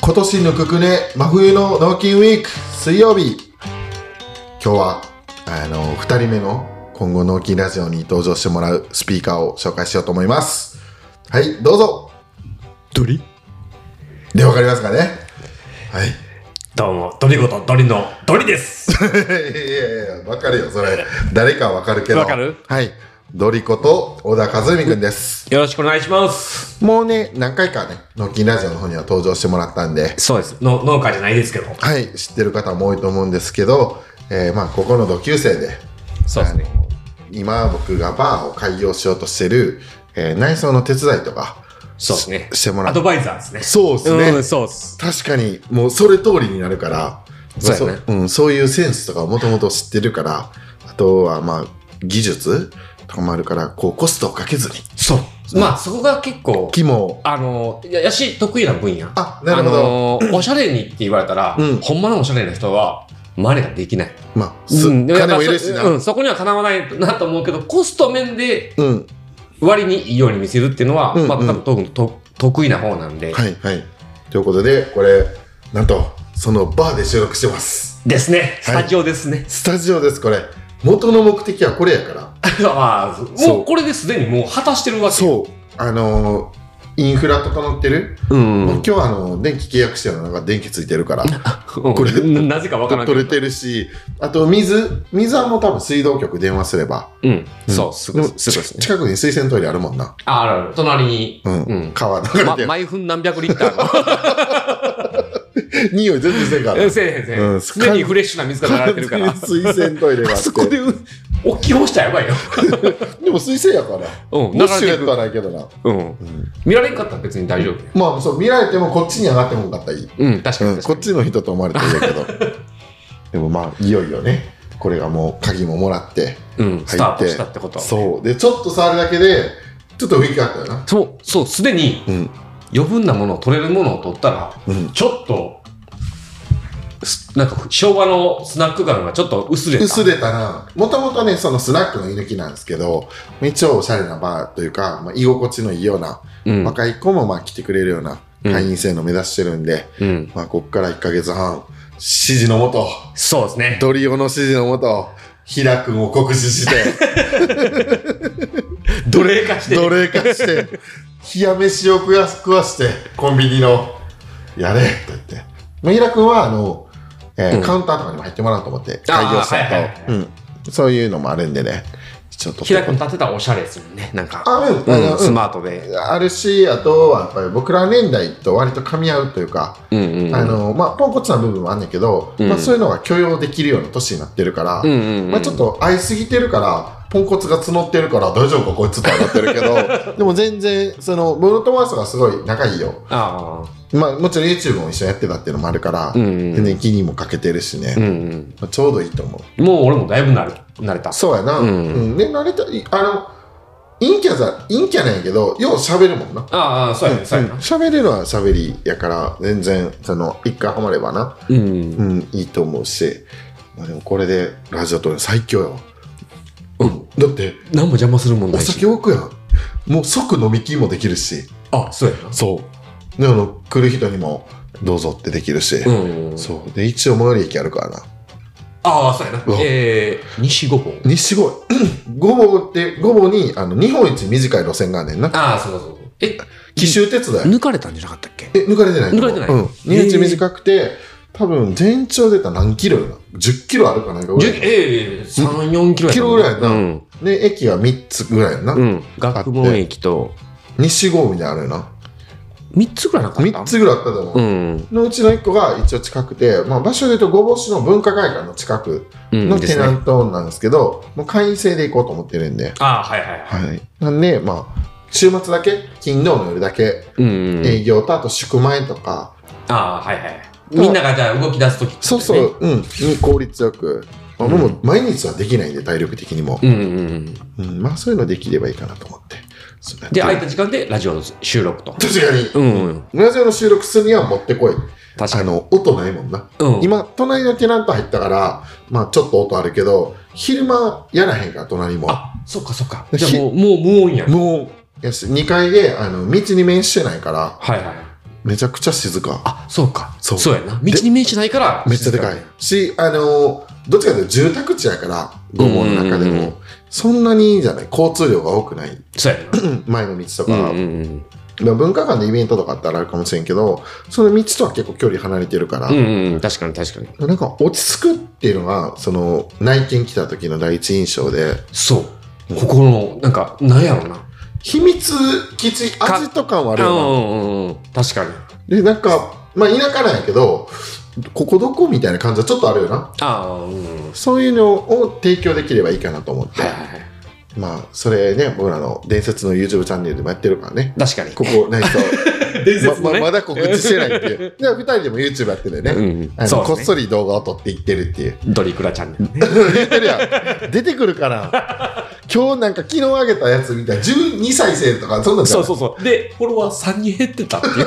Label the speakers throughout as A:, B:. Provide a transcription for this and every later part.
A: 今年のくくね真冬の納金ウィーク水曜日今日はあの2人目の今後納金ラジオに登場してもらうスピーカーを紹介しようと思いますはいどうぞ
B: ドリ
A: でわかりますかね はい
C: どうも、ドリゴとドリのドリです。
A: いやいやいやわかるよそれ誰かわかるけど
C: わかる
A: はいドリコと小田和美くんです
C: よろしくお願いします。
A: もうね何回かね納金ラジオの方には登場してもらったんで
C: そうです。の農家じゃないですけど。
A: はい、知ってる方も多いと思うんですけど、えーまあ、ここの同級生で、
C: そうですね。
A: 今僕がバーを開業しようとしてる、えー内装の手伝いとか、
C: そうですね。
A: してもら
C: ア
A: う
C: ドバイザーですね。
A: そうですね、
C: ん、そうっす。
A: 確かに、もうそれ通りになるから、
C: そうやね
A: うん、そういうセンスとかをもともと知ってるから、あとはまあ、技術とかもあるから、こう、コストをかけずに、
C: そう。まあ、そこが結構、
A: 木も、
C: あの、ややし、得意な分野。
A: あ、なるほど、
C: あの、おしゃれにって言われたら、
A: うん
C: ほんまのおしゃれな人は、真似ができない。
A: まあ、す、
C: うん
A: 金もいるしな、
C: うん、そこにはかなわないなと思うけど、コスト面で
A: うん、
C: 割にいいように見せるっていうのは、
A: うんうん
C: まあ、多分とと得意な方なんで。
A: はい、はい。ということで、これ、なんと、そのバーで収録してます。
C: ですね。スタジオですね。
A: スタジオですこれ元の目的はこれやから
C: ああ、
A: そ
C: も
A: う
C: うこれですでにもう果たしてるわけ。う。
A: そうあのーインフラ整ってる、
C: うん。
A: 今日はあの電気契約してるのなんか電気ついてるからこ
C: こ
A: れ
C: なぜかわからんけ
A: 取
C: ど
A: れてるしあと水水はもう多分水道局電話すれば
C: うん。そうう、すぐ、
A: ですも
C: ぐです
A: ち
C: ね。
A: 近くに水洗トイレあるもんな、
C: あ、あるある。隣に、
A: うん
C: うん
A: 川流れ
C: ま
A: て、
C: 毎分何百リッタ ー
A: 匂い全然せんから
C: の。せえへんせえへ
A: うん
C: ん。すでにフレッシュな水が流れてるから
A: 完。全 に水洗トイレがあ
C: あ
A: って
C: そこで、大きい方したらやばいよ。
A: でも水洗やから
C: うん、
A: ウォッシュレット
C: く。
A: はないけどな、
C: うん。
A: うん
C: 見られんかったら別に大丈夫や。
A: まあそう見られてもこっちに上がってもよかったらいい
C: うん、確か
A: う
C: に
A: ん、こっ
C: 確か
A: ちの人と思われてるけど でもまあいよいよねこれがもう鍵ももらって
C: に。うん、スタートしたってこと。
A: そうでちょっと触るだけでちょっと雰囲気あったよな
C: そう、そう、すでに
A: うん
C: 余分なもの、取れるものを取ったら、
A: うん
C: ちょっと、すなんか昭和のスナック感がちょっと薄れた。
A: 薄れたなもともとねそのスナックの居抜きなんですけど一応おしゃれなバーというか、まあ、居心地のいいような、
C: うん
A: 若い子もまあ来てくれるような
C: うん
A: 会員制の目指してるんで、
C: うん。
A: まあこっから1ヶ月半指示のもと
C: そうですね。
A: ドリオの指示のもと平君を酷使して
C: 奴隷化して。
A: 奴隷化して冷や飯を食わ食わしてコンビニのやれって言ってまあイラ君はあの、えー
C: うん
A: カウンターとかにも入ってもらおうと思って
C: あー
A: 開業したと、
C: はいはいはい
A: うん、そういうのもあるんでねちょっと
C: 平君立てたらおしゃれですもんね。なんか、
A: あうん、
C: う
A: あ
C: ん、
A: のう
C: ス
A: ん
C: マートで。
A: あるしあとはやっぱり僕ら年代と割と噛み合うというか、
C: うんうん
A: あのまあ、ポンコツな部分もあんねんけど、
C: うん
A: まあ、そういうのが許容できるような年になってるから、
C: うんうんうん
A: まあ、ちょっと会いすぎてるからポンコツが募ってるから大丈夫かこいつとはなってるけど でも全然そのブルートマースがすごい仲いいよ、
C: あ
A: まあ、もちろん YouTube も一緒にやってたっていうのもあるから、
C: うんうん
A: 全然気にもかけてるしね、
C: あ。うん
A: まあちょうどいいと思う
C: うん。もう俺もだいぶ慣れ慣れた。
A: そうやな、う
C: うんん
A: で慣れたいあの陰キャだ陰キャなんやけどよう喋るもんな
C: ああ、そうやね、そうやな。
A: 喋、れるのは喋りやから全然その一回ハマればな
C: うん。
A: うん、いいと思うし、まあ、でもこれでラジオ撮るの最強よ
C: うん。
A: だって
C: 何も邪魔するもん
A: お
C: ないし。
A: 酒置くやんもう即飲みきもできるし
C: あ、そうやな。
A: そうであの来る人にもどうぞってできるし、
C: うん。
A: そうで一応最寄り駅あるからな
C: ああ、そうやな
A: うん。
C: えー、西五本。
A: 西 五井五房って五房にあの日本一短い路線があんねんな
C: ああ、そうそうそう。え、
A: 紀州鉄道や
C: 抜かれたんじゃなかったっけ
A: え抜かれてない
C: 抜かれてない
A: うん、日本一
C: へー
A: 短くて多分全長で言ったら何キロよな10キロあるかないかぐ
C: じゅ
A: らい
C: ええ3、4キロやった
A: キロぐらいやな
C: うん。
A: で駅は3つぐらいやな、
C: うん。学問駅と、
A: 西郷みたいなのあるよな
C: 3つぐらいなかった
A: 3つぐらいあったと思う、
C: うん。
A: のうちの1個が一応近くて、まあ、場所で言うと御坊市の文化会館の近く
C: うん。
A: の
C: で
A: テ
C: すね
A: ナントなんですけど、もう会員制で行こうと思ってるんで、
C: ああ、はいはいはい。
A: はい、なんで、まあ、週末だけ金土の夜だけ
C: うんうん。
A: 営業とあと宿前とか、
C: ああ、はいはい。みんながじゃあ動き出すとき、
A: そうそう、うん、に効率よく、まあ、
C: うん
A: もう毎日はできないんで体力的にも、
C: うんうんうん。
A: うんまあ、そういうのできればいいかなと思ってそうやって
C: で、空いた時間でラジオの収録と。
A: 確かに、
C: うん。
A: ラジオの収録するには持ってこい
C: 確
A: あ
C: かに。
A: の音ないもんな
C: うん、
A: 今隣のテナント入ったからまあちょっと音あるけど昼間やらへんから隣も
C: あ、そっかそっか。じゃあもう、もう無音や。
A: もうやし2階であの道に面してないから
C: はいはい。
A: めちゃくちゃ静か。
C: あ、そうか。
A: そ
C: そううやな。道に面してないから。
A: めっちゃでかい。し、あの、どっちかというと住宅地やから、ゴムの中で
C: うんうんうん
A: も、そんなにいいじゃない。交通量が多くない。
C: そうやな。
A: 前の道と
C: う
A: か、
C: んうんうん。
A: まあ文化館でイベントとかあったらあるかもしれんけど、その道とは結構距離離れてるから、
C: うんうんうん。確かに確かに。
A: なんか落ち着くっていうのが、その内見来た時の第一印象で、
C: そう。ここの、なんか、なんやろうな。
A: 秘密基地味とかもある
C: う
A: よ
C: んうんうん。確かに。
A: な。で、なんか、まあ田舎なんやけど、ここどこみたいな感じはちょっとあるよな。
C: ああ、うんうん。
A: そういうのを提供できればいいかなと思って、
C: はいはいはい。
A: まあ、それね、僕らの伝説の YouTube チャンネルでもやってるからね。
C: 確かに。
A: ここ、 ないと、
C: 伝
A: まままだ告知してないっていう。で、二人でも YouTube やってるよね。
C: うん
A: あの
C: そうね
A: こっそり動画を撮っていってるっていう。
C: ドリクラチャンネルね。
A: 言ってる やん。出てくるから。今日なんか昨日あげたやつみたいな、12再生とか、そんなんじゃ
C: そ
A: な
C: う
A: い
C: そうそう。で、フォロワー3人減ってたっていう。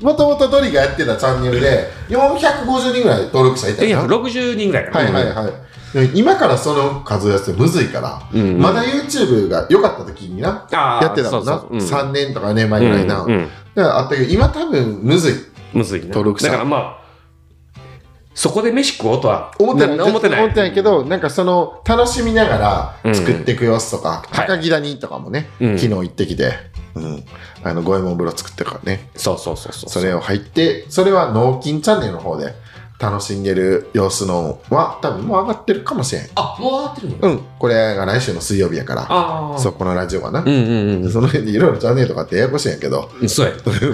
A: もともとドリがやってたチャンネルで、450人ぐらい登録者いた
C: いや
A: よな。
C: 60人ぐらいか
A: はい
C: な。
A: はいはい。今からその数やつむずいから、
C: うんうん
A: まだ YouTube が良かった時にな、
C: ああ
A: やってたもんな。
C: そうそううん
A: 3年とか4年前ぐらいな。
C: うんうん
A: だからあったけど、今多分むずい。
C: むずいね。
A: 登録者
C: だからまあ、そこで飯食おうとは
A: 思ってない。
C: な思ってない。
A: 思ってないけど、なんかその、楽しみながら作っていく様子とか、
C: はい
A: 高木谷とかもね、
C: うん
A: 昨日行ってきて、うん。あの、五右衛門風呂作ってるからね。
C: そうそうそうそう。
A: それを入って、それは脳筋チャンネルの方で楽しんでる様子のは、多分もう上がってるかもしれん。
C: あ、もう上がってるの
A: うん。これが来週の水曜日やから、
C: ああ。
A: そこのラジオはな
C: う。んうん
A: その辺でいろいろチャンネルとかってややこしいんやけど、
C: うん。 そうや。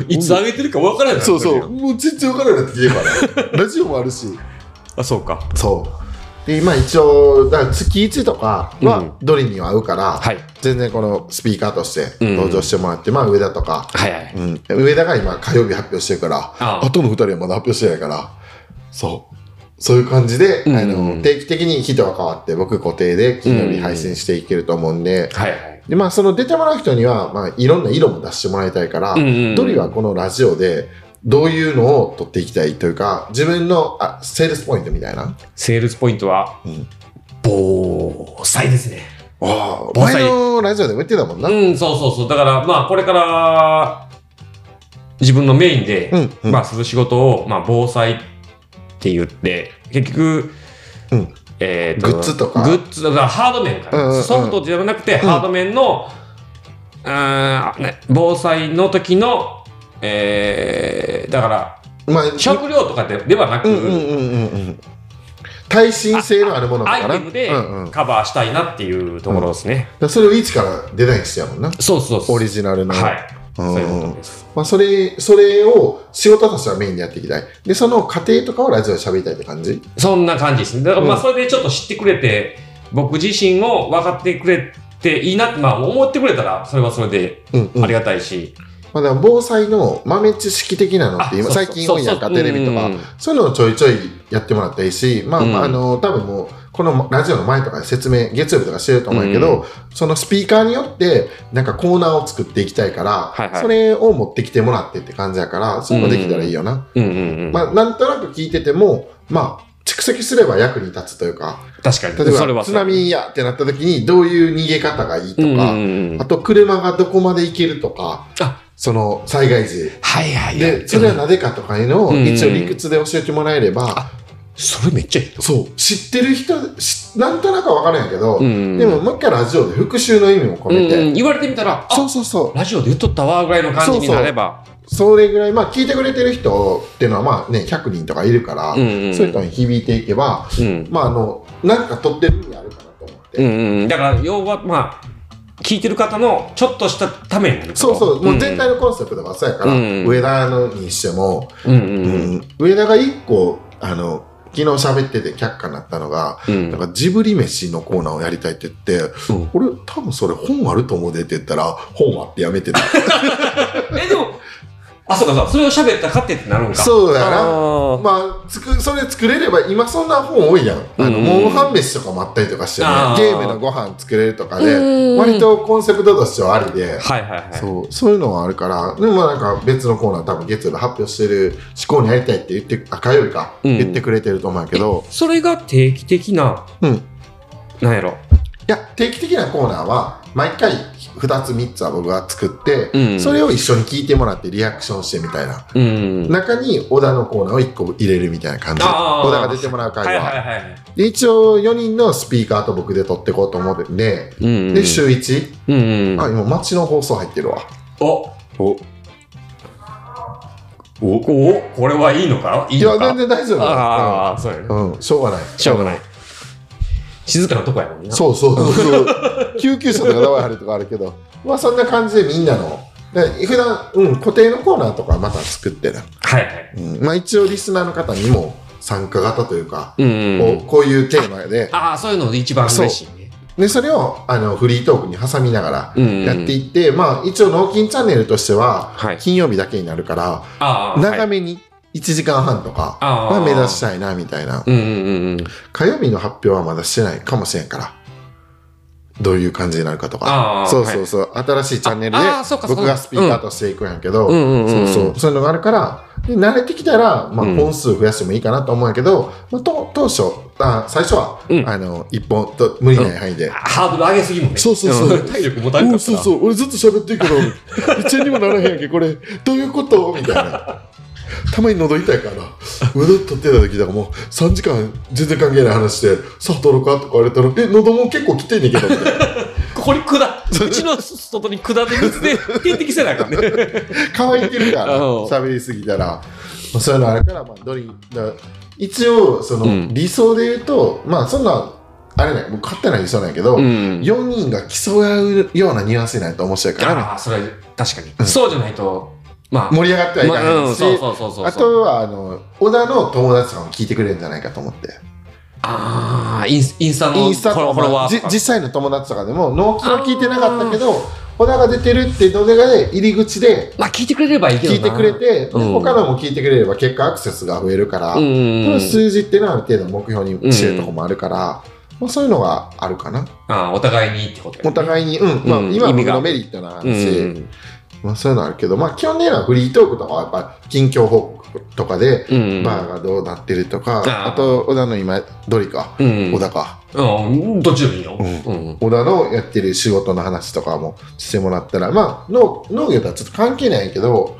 C: いつ上げてるか分からない。
A: そうそう、。もう全然わからなくなってきてるから、ラジオもあるし。
C: あ、そうか。
A: そう。で、今一応、だから月1とか
C: うん
A: はどれには合うから、
C: はい。
A: 全然このスピーカーとして登場してもらって、まあ上田とか、
C: はいはい。
A: うん、上田が今火曜日発表してるから、
C: ああ
A: 後の2人はまだ発表してないから、そう。そういう感じで、
C: うん
A: あの定期的に人が変わって、僕固定で金曜日配信していけると思うんで、
C: はいはい。
A: で、まあ、その出てもらう人には、まあ、いろんな色も出してもらいたいから、
C: うんうんうん
A: ドリはこのラジオで、どういうのを撮っていきたいというか、自分の、あ、セールスポイントみたいな。
C: セールスポイントは
A: うん、
C: 防災ですね。
A: ああ、
C: 防
A: 前
C: 災
A: のラジオでも言ってたもんな。
C: うん、そうそうそう。だから、まあ、これから、自分のメインで、
A: うんうん
C: まあ、する仕事を、まあ、防災って言って、結局、
A: うん
C: えー
A: グッズとか
C: グッズ、だからハード面から、
A: うんうんうん
C: ソフトじゃなくて、ハード面の、あーね、防災の時の、えー、だから、
A: まあ、
C: 食料とかでではなく、
A: うんうんうんうんうん。耐震性のあるものだ
C: ア
A: か
C: イ
A: ら。
C: テムで
A: うんうん。だか
C: カバーしたいなっていうところですね。
A: らそれを一からデザインしてやもんな。
C: そうそうそう。
A: オリジナルの。
C: はい。
A: うんうん
C: そういうことです。
A: まあ、それ、それを仕事としてはメインでやっていきたい。で、その過程とかをラジオで喋りたいって感じ
C: そんな感じですね。だからま
A: う
C: あ
A: ん
C: それでちょっと知ってくれて、僕自身を分かってくれていいなって、まあ思ってくれたら、それはそれで
A: うんうん
C: ありがたいし。
A: まあ、だから防災の豆知識的なのって今
C: あそう
A: 最
C: そ
A: 近
C: う
A: 多いやんか
C: そうそ
A: テ
C: う
A: レビとか
C: うんうんうん
A: そういうのをちょいちょいやってもらったらいいし、まあ
C: うん
A: まああの多分もうこのラジオの前とかで説明月曜日とかしてると思うんやけど、そのスピーカーによってなんかコーナーを作っていきたいから、
C: はいはい
A: それを持ってきてもらってって感じやからそういうのできたらいいよな、
C: うんうんうん。
A: まあ、なんとなく聞いててもまあ蓄積すれば役に立つというか
C: 確かに。
A: 例え
C: それ
A: ば
C: は
A: 津
C: そう
A: 波やってなった時にどういう逃げ方がいいと
C: うんうん
A: か、
C: うん
A: あと車がどこまで行けるとか
C: あ
A: その災害時
C: はいはいはい。
A: でそれはなぜかとかいうのを
C: うん
A: 一応理屈で教えてもらえれば、
C: それめっちゃいい。
A: そう知ってる人しなんとなくは分からんやけど、
C: うんうん
A: でももう一回ラジオで復習の意味も込めて、
C: うんうん言われてみたら、
A: そう
C: あ
A: そうそ
C: ラジオで言っとったわぐらいの感じになれば。
A: うそれぐらいまあ聞いてくれてる人っていうのはまあね100人とかいるから、
C: うんうんうん
A: そういう人に響いていけば
C: うん
A: まああのなんか撮ってる意味あるかなと思って。
C: うんうん。だから、要は、まあ、聞いてる方のちょっとしたためになる
A: そうそう、もう全体
C: の。
A: のコンセプトがそうやから、
C: うんうん
A: 上田のにしても、
C: うんうん
A: うん上田が一個、あの、昨日喋ってて却下になったのが、
C: うん
A: なんかジブリ飯のコーナーをやりたいって言って、
C: うん。
A: 俺多分それ本あると思うでって言ったら、本あってやめてた。
C: え、でも、あ、そうかそうか、それを喋ったかってってなるんか。
A: そうだよな。
C: あー
A: まあ、つくそれ作れれば今そんな本多いやん。あの、
C: うん
A: モンハン飯とかもあったりとかしてね
C: あ、ー
A: ゲームのご飯作れるとか
C: う
A: で、
C: ん
A: 割とコンセプトとしてはありで、
C: はいはいはい。
A: そうそういうのはあるからでもまあなんか別のコーナー多分月曜で発表してる思考にやりたいって言ってあ火曜日か、
C: うん
A: 言ってくれてると思うんやけど、
C: それが定期的な、
A: うん、い
C: なんやろ。
A: や定期的なコーナーは毎回2つ3つは僕が作って、
C: うん
A: それを一緒に聞いてもらってリアクションしてみたいな、
C: うん。
A: 中に小田のコーナーを1個入れるみたいな感じ
C: あー
A: 小田が出てもらう会
C: はい
A: 話、
C: はいはい。
A: で一応4人のスピーカーと僕で撮っていこうと思ってんで、
C: うんうん
A: で週1、
C: うんうん。
A: あ今街の放送入ってるわ
C: お
B: お
C: おこれはいいのかいい
A: い
C: の
A: や
C: か
A: 全然大丈夫
C: ああ、そうやね。
A: うんうんしょうがない
C: しょうがない。静かなとこやもんな。
A: そうそうそう 救急車とか名前入るとかあるけどまあそんな感じでみんなので普段うん固定のコーナーとかはまた作ってな、
C: はいはい。
A: うんまあ、一応リスナーの方にも参加型というか、
C: うんう
A: こ
C: ん。
A: うこういうテーマで
C: ああ、そういうので一番嬉しいね。
A: でそれをあのフリートークに挟みながら
C: うんうん
A: やっていって、まあ一応「脳筋チャンネル」としては
C: はい
A: 金曜日だけになるから、
C: ああ。
A: 長め
C: め。
A: に1時間半とか
C: あー
A: は目指したいなみたいな
C: うんうんうんうん。
A: 火曜日の発表はまだしてないかもしれんからどういう感じになるかと
C: あ
A: か
C: ー
A: そうそうそう、新しいチャンネルで
C: ああーそうかそうか
A: 僕がスピーカーとしていくんやけど、
C: うんうんうんうん
A: そうそうそういうのがあるからで慣れてきたら、まあ、
C: うん
A: 本数増やしてもいいかなと思うんやけど、まあ、と当初あ最初は、
C: うん
A: あの1本と無理ない範囲で、
C: ハードル上げすぎもね。
A: そうそうそうん
C: 体力持たん
A: う
C: か
A: ん
C: った
A: そう
C: ら。
A: そう俺ずっと喋ってるけど 一円にもならへんやんけこれどういうことみたいなたまに喉痛いから喉取ってた時だからもう3時間全然関係ない話で「さあ取ろうか?」とか言われたら「え喉も結構きてんねんけど」みたいな
C: ここに管、うちの外に管で水で点滴せなあかんね。
A: 乾いてるから
C: うん
A: 喋りすぎたら、まあ、そういうのあるからまあどれだ一応その、
C: うん
A: 理想で言うとまあそんなあれねもう勝手な理想なんやけど、
C: ん。
A: 4人が競うようなニュアンスになると面白いから
C: ああ、それ、確かに。そうじゃないと、まあ、
A: 盛り上がってはいか
C: まあ
A: な
C: う
A: い
C: ん
A: し、
C: そうそうそうそう。
A: あとはあの小田の友達とかも聞いてくれるんじゃないかと思って
C: ああ、インスインスタの
A: インスタ
C: フォロ
A: と
C: フォロ
A: か
C: ワー
A: じ
C: とか
A: 実際の友達とかでも納期は聞いてなかったけど小田が出てるってどれがで入り口で
C: まあ、聞いてくれればいいけど
A: 聞
C: な。
A: いてくれて、で
C: うん
A: 他のも聞いてくれれば結果アクセスが増えるから、
C: うん
A: こ
C: うんう
A: の
C: ん。
A: 数字っていうのはある程度目標にしてるとこもあるから、まあ、そういうのがあるかな
C: ああ、お互いにってこと
A: お互いに、うんまあ、
C: うん
A: 今
C: 意味
A: 僕
C: が
A: のメリットな話、
C: いうん
A: まあ、そういうのあるけど、まあ、基本的にはフリートークとかはやっぱ近況報告とかで
C: うんうん。
A: バーがどうなってるとか、
C: あー
A: あと小田の今どれか、
C: うん
A: 小田か
C: うん、どっちでもいいよ。
A: うん
C: ん。
A: 小田のやってる仕事の話とかもしてもらったらまあ農農業とはちょっと関係ないけど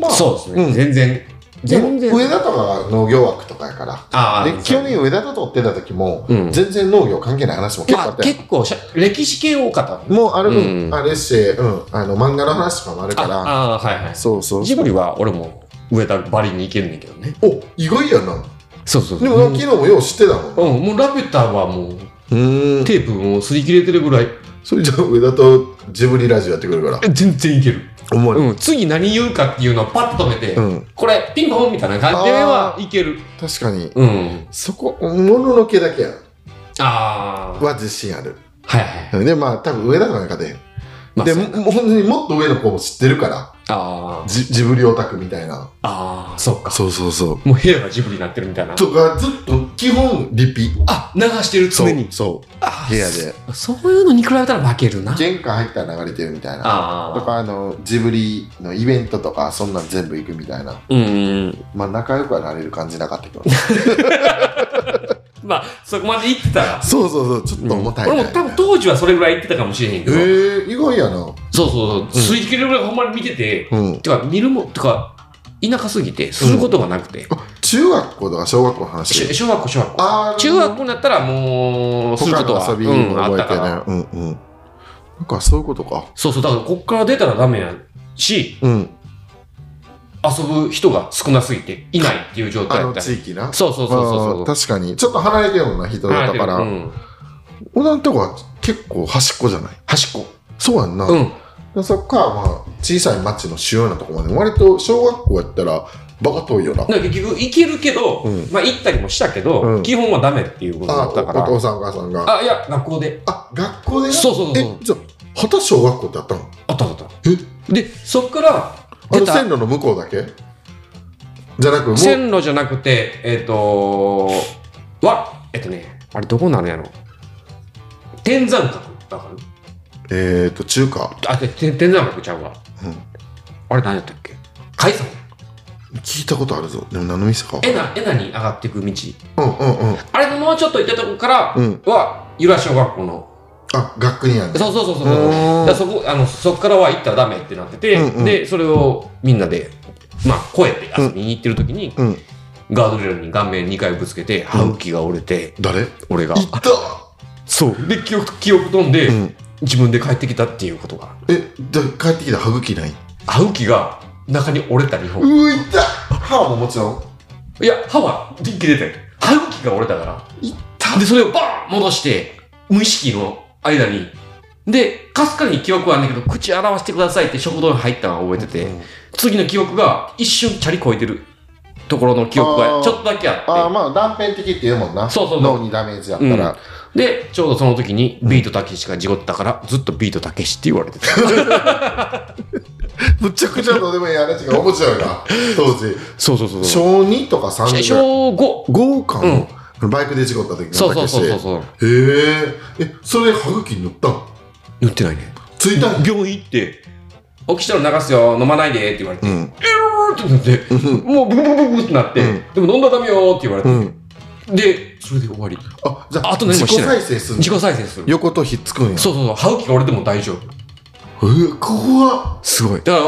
A: まあ
C: そうです
A: う
C: ね。
A: ん
C: 全然。
A: でも
C: 全然。
A: 上田とかが農業枠とかやから
C: ああ、
A: で基本的に上田と撮ってた時も、
C: うん
A: 全然農業関係ない話も結構あ
C: まあ、
A: ったよ、
C: 結構しゃ、歴史系多かったもんね
A: もうある分、
C: うん
A: あれし、うん、あの漫画の話とかもあるから
C: ああ、はいはい。
A: そうそう
C: ジブリは俺も上田バリに行けるんだけどね。
A: お意外やな
C: そうそう
A: でも昨日もよう知ってたもん
C: うん、もうラピュタは
A: う
C: もう
A: ん
C: テープもう擦り切れてるぐらい
A: それじゃあ上田とジブリラジオやってくるから
C: え全然いける、
A: 思う、
C: うん、次何言うかっていうのをパッと止めて、
A: うん、
C: これピンポンみたいな感じではいける
A: 確かに
C: うん
A: そこもののけだけや
C: ああ
A: は自信ある
C: はいはい
A: でまあ多分上田の中で、
C: まあ
A: で
C: そう
A: ももう本当にもっと上の子も知ってるから
C: あー
A: ジジブリオタクみたいな
C: あーそうか
A: そうそうそう
C: もう部屋がジブリになってるみたいな
A: とかずっと基本リピ
C: あ流してる
A: そ
C: 常
A: う
C: に
A: そう
C: あー
A: 部屋で
C: そそういうのに比べたら負けるな
A: 玄関入ったら流れてるみたいな
C: あ
A: と
C: あ
A: かあのジブリのイベントとかそんなん全部行くみたいな
C: うんうん
A: まあ仲良くはなれる感じなかったけど
C: まあそこまで行ってた ら
A: そうそうそうちょっと重たい
C: 俺
A: ね
C: も多分当時はそれぐらい行ってたかもしれへん
A: え
C: けど、
A: ー、意外やな
C: そうそうそう水切れぐらいほんまに見てて、
A: うん
C: てか見るもてか田舎すぎてすることがなくて、
A: 中学校とか小学校の
C: し
A: 話
C: 小学校小学校
A: あー
C: 中学校になったらもうする
A: 他
C: こと
A: の
C: は
A: 遊び
C: うん
A: も
C: あ
A: 覚
C: った
A: えて
C: から
A: ねうんうんなんかそういうことか
C: そうそうだからこっから出たらダメやし
A: うん
C: 遊ぶ人が少なすぎていないっていう状態
A: あ
C: だ
A: の
C: った
A: 地域な
C: そうそうそうそう
A: あー
C: そう
A: 確かにちょっと離れてるもんな人だったから、
C: う
A: 小
C: ん、
A: 田のとこは結構端っこじゃない
C: 端っ
A: そうやんな、
C: こうん
A: でそっからまあ小さい町の主要なとこまで割と小学校やったらバカ遠いよな、
C: だから結局行けるけど、
A: うん
C: まあ行ったりもしたけど、
A: うん
C: 基本はダメっていうことだ
A: あ
C: ったから
A: お父さんお母さんがあ
C: あいや学校で
A: 学校でな
C: そうそうそうそう
A: えじゃあ畑小学校ってあったの
C: あったあったあったでそっから
A: あ
C: 出
A: の
C: た
A: 線路の向こうだけじゃなくもう
C: 線路じゃなくて、えっ、とわ、えっ、とね、あれどこなのやろ天山閣だか
A: えっ、ー、と中華
C: ら。あ、て天天山閣ちゃうわ。
A: うん
C: あれ何やったっけ海山
A: 聞いたことあるぞでも何の店か
C: えな、えなに上がっていく道。
A: うんうんうん
C: あれのもうちょっと行ったとこから
A: うん
C: は、由良小学校の
A: あ、学区にある。
C: そうそうそうそう
A: うーん
C: だからそこあのそこからは行ったらダメってなってて、
A: うんうん
C: でそれをみんなでまあ越えて遊びに行ってる時に、
A: うん。
C: ガードレールに顔面2回ぶつけて歯浮きが折れて、
A: 誰
C: 俺が
A: 行った
C: そうで記憶記憶飛んで、
A: うん。
C: 自分で帰ってきたっていうことが
A: え、じゃあ帰ってきた歯茎ない
C: 歯浮きが中に折れた日本
A: うー、いった歯ももちろん。
C: いや歯は元気出て歯浮きが折れたから
A: いっ
C: でそれをバーン戻して無意識の間にでかすかに記憶はあんねんけど口表してくださいって食堂に入ったのは覚えてて、次の記憶が一瞬チャリ超えてるところの記憶
A: あー
C: がちょっとだけ
A: あ
C: あ
A: あ、
C: っ
A: まあ断片的って言うもんな。
C: そうそうそう
A: 脳にダメージやったら。
C: てでちょうどその時にビートたけしが事故ったからずっとビートたけしって言われてた
A: むちゃくちゃどうでもいい話が面白いな。当時。
C: そうそうそうそう
A: 小2とか3ぐらい。
C: 小5
A: 5かも、バイクで事故った時の
C: そうそうそうそう
A: う。
C: そう
A: へえ。え、それ歯茎塗ったん
C: 塗ってないね
A: ついたん
C: 病院行って「起きたら流すよ飲まないで」って言われて
A: うん。
C: 「うーってなってもうブクブクブクってなって「でも飲んだらダメよ」って言
A: う
C: われて
A: ん。
C: でそれで終わり
A: あ、じゃあ、
C: あと何もしてない
A: 自己再生する
C: 自己再生する
A: 横とひっつくんや。
C: そうそうそう歯浮きが折れても大丈夫
A: えー、怖っ
C: すごいだから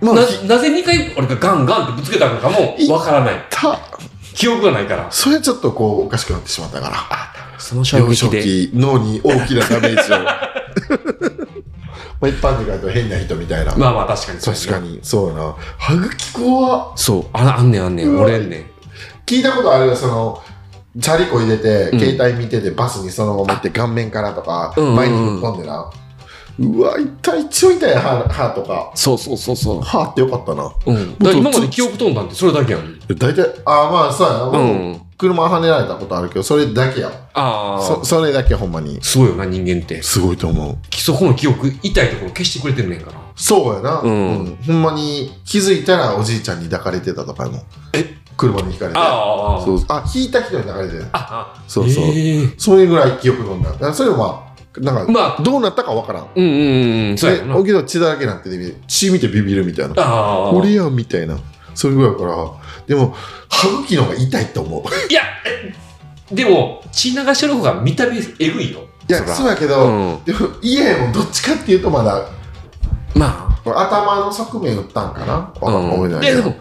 A: まあ、
C: な
A: ひ
C: なぜ2回俺がガンガンってぶつけたのかもわからない
A: た、
C: 記憶がないから
A: それちょっとこう、おかしくなってしまったから。
C: その
A: 幼少期、脳に大きなダメージ を。まあ一般人から言うと変な人みたいな。
C: まあまあ確かに
A: 確かに、そうやな。歯茎怖っ
C: そうああんねんあんねん折れんねん
A: 聞いたことあるよ、その、チャリコ入れて、
C: うん
A: 携帯見てて、バスにそのまま行って、顔面からとか、
C: うんうんうん
A: 前に突っ込んでな。うわ、痛い、一応痛い、歯、歯とか。
C: そうそうそうそ
A: 歯ってよかったな。
C: う、うん、だから今まで記憶飛んだんってそれだけやん
A: 大体、ああ、まあ、そうやな。
C: う
A: 僕
C: ん
A: 車跳ねられたことあるけど、それだけやわ。
C: ああ
A: そそれだけほんまに
C: すごいよな人間って
A: すごいと思う
C: そこの記憶痛いところ消してくれてんねんから
A: そうやな、
C: うん
A: ほんまに気づいたらおじいちゃんに抱かれてたとかもえ車にひかれて
C: あ
A: そうあ引いた人に抱かれてた
C: ああ
A: そうそう、
C: えー
A: それぐらい記憶飛んだだからそれもまあなんか、
C: まあ
A: どうなったかわからん
C: うんうんうんそうやろな
A: おけど血だらけになってて血見てビビるみたいな
C: ああ
A: 俺やんみたいなそれぐらいやからでも歯茎の方が痛いと思う
C: いやえでも血流してる方が見た目えぐいよ
A: いや
C: そら
A: そうやけ
C: う
A: ど、
C: ん
A: でも家やもんどっちかっていうとまだ
C: ま
A: 頭の側面打ったんかなわ
C: あ
A: かん
C: うん
A: ない
C: い
A: け
C: や
A: ど
C: でも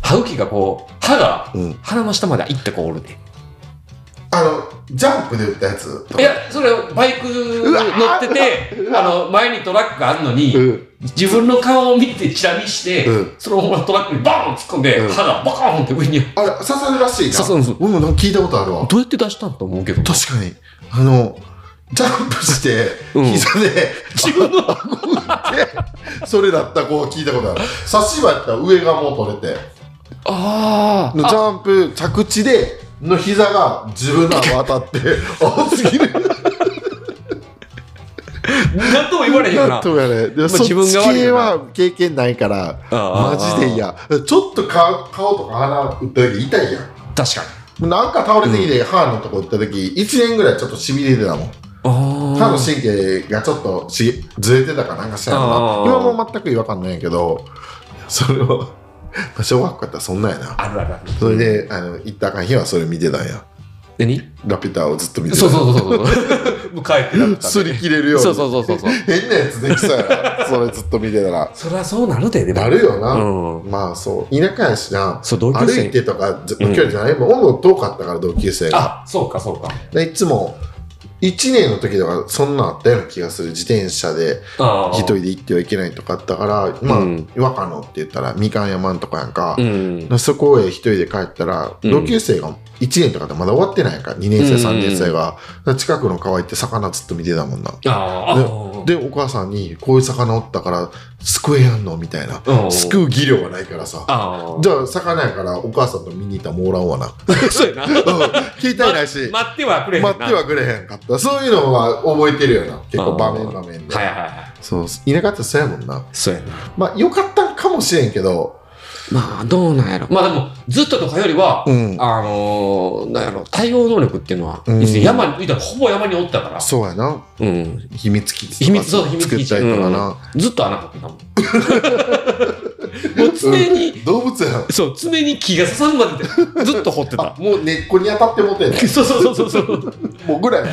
C: 歯浮きがこう歯が
A: うん
C: 鼻の下まで行った子おるね
A: あの、ジャンプで打ったやつ
C: いやそれバイク乗っててあの前にトラックがあるのに、
A: うん。
C: 自分の顔を見てチラ見して、
A: うん
C: そのままトラックにバーン突っ込んで、
A: うん
C: 歯がバカーンって上に
A: あれ、刺さるらしいな。
C: 刺さるんです
A: 俺もなんか聞いたことあるわ。
C: どうやって出したんと思うけど
A: 確かに。あの、ジャンプして、
C: うん
A: 膝で、
C: 自分の
A: それだった子は聞いたことある。刺し歯やったら上がもう取れて、
C: あ
A: のジャンプ、着地で、の膝が自分の頭当た って、あ、次ね。
C: 何とも言われへんよ
A: な
C: なん
A: とやね。で、そっ
C: 自分
A: ち
C: が悪い
A: 系
C: よな
A: は経験ないから、
C: あ
A: マ
C: ー
A: ジで嫌。ちょっと顔顔とか鼻打った時痛いやん。
C: 確かに
A: なんか倒れてきて、歯のとこ行った時1年ぐらいちょっとしびれてたもん
C: あ
A: 歯の神経がちょっとしずれてたかなんかしらんな
C: あー
A: 今も全く違和感ないんやけどそれを まあ小学校やったらそんなんやな
C: あるあるある
A: それであの行ったあかん日はそれ見てたんや
C: 何
A: ラピュタをずっと見てた
C: そうそうそうそうそうもう帰ってなった
A: 擦り切れるように
C: そうそうそうそうそう
A: 変なやつできそうやなそれずっと見てたら
C: そりゃそうなるででも
A: なるよな、
C: うん
A: まあそう田舎やしな
C: そう同級
A: 歩
C: 生
A: いてとかず距離じゃない、もう温度遠かったから同級生が
C: あそうかそうか
A: でいつも1年の時とかそんなんあったような気がする自転車で
C: ああ
A: 一人で行ってはいけないとかあったからまあ、
C: うん
A: 若野って言ったらみかん山んとかやんか
C: う、ん
A: でそこへ一人で帰ったら
C: うん
A: 同級生が1年とかってまだ終わってないから2年生3年生が、で近くの川行って魚ずっと見てたもんな
C: あああ
A: でお母さんに「こういう魚おったから救えやんの?」みたいな
C: うん
A: 救う技量がないからさ
C: ああ
A: じゃあ魚やからお母さんと見に行ったらもうおらんわな
C: そうやな
A: うん聞いたいないし、
C: 待ってはくれへんな
A: 待ってはくれへんかったそういうのは覚えてるよな結構場面場面で、
C: はいはいはい
A: そう田舎ってそうやもんな
C: そうやな
A: まあよかったんかもしれんけど
C: まあどうなんやろまあでもずっととかよりは
A: うん
C: あのーなんやろ対応能力っていうのは
A: うん
C: いつ山にいたらほぼ山におったから
A: そうやな
C: うん
A: 秘密基地
C: 秘密そう秘密
A: 作
C: 基
A: っ
C: 地
A: たりとかな、
C: うんずっと穴掘ってたもんもう常に、
A: 動物やん
C: そう、常に気が刺さるまででずっと掘ってた。
A: もう根っこに当たってもてんの
C: そうそうそうそう。
A: もうぐらい や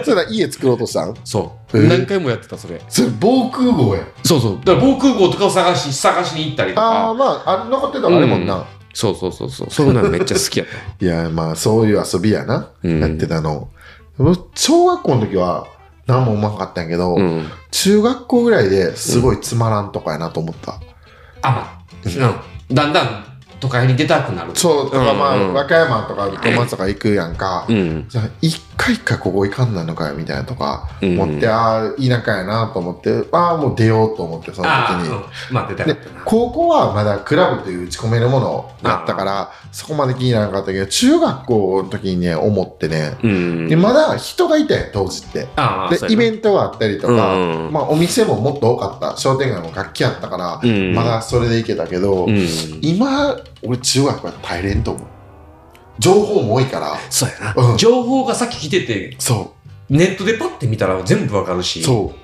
A: んそれな家作ろうとしたん
C: そう。
A: えー
C: 何回もやってた、それ。
A: それ防空壕やん
C: そうそう。だから防空壕とかを探し、探しに行ったりと
A: ああ
C: か。
A: まああれ残ってたらあれもんな、
C: そうそうそうそう。そういうのめっちゃ好きやっ
A: いやまあそういう遊びやな、
C: た。うん
A: やってたの小学校の時は何もうまかったんやけど、
C: うん。
A: 中学校ぐらいですごいつまらんとかやなと思った、
C: あ、まあ、うん。だんだん都会に出たくなる。
A: そうとかまあ、
C: うんうん
A: 和歌山とか小松とか行くやんか、
C: うん。
A: じゃあ一回一回ここ行かんなのかよみたいなとか
C: うん
A: 思って、ああ田舎やなと思ってああもう出ようと思ってその時に
C: ああ、まあ出たか
A: で
C: ったな。
A: 高校はまだクラブという打ち込めるものだったからそこまで気にならなかったけど中学校の時にね思ってね
C: うん
A: でまだ人がいたやん当時って
C: ああ、
A: でイベントがあったりとか、
C: うんうん
A: まあ、お店ももっと多かった商店街も活気あったから、
C: うん
A: まだそれでいけたけど、
C: うん。
A: 今俺中学は大変と思う情報も多いから
C: そうや
A: うん
C: な。情報がさっき来てて、
A: そ
C: ネットでパッて見たら全部わかる
A: う
C: し。う。
A: そ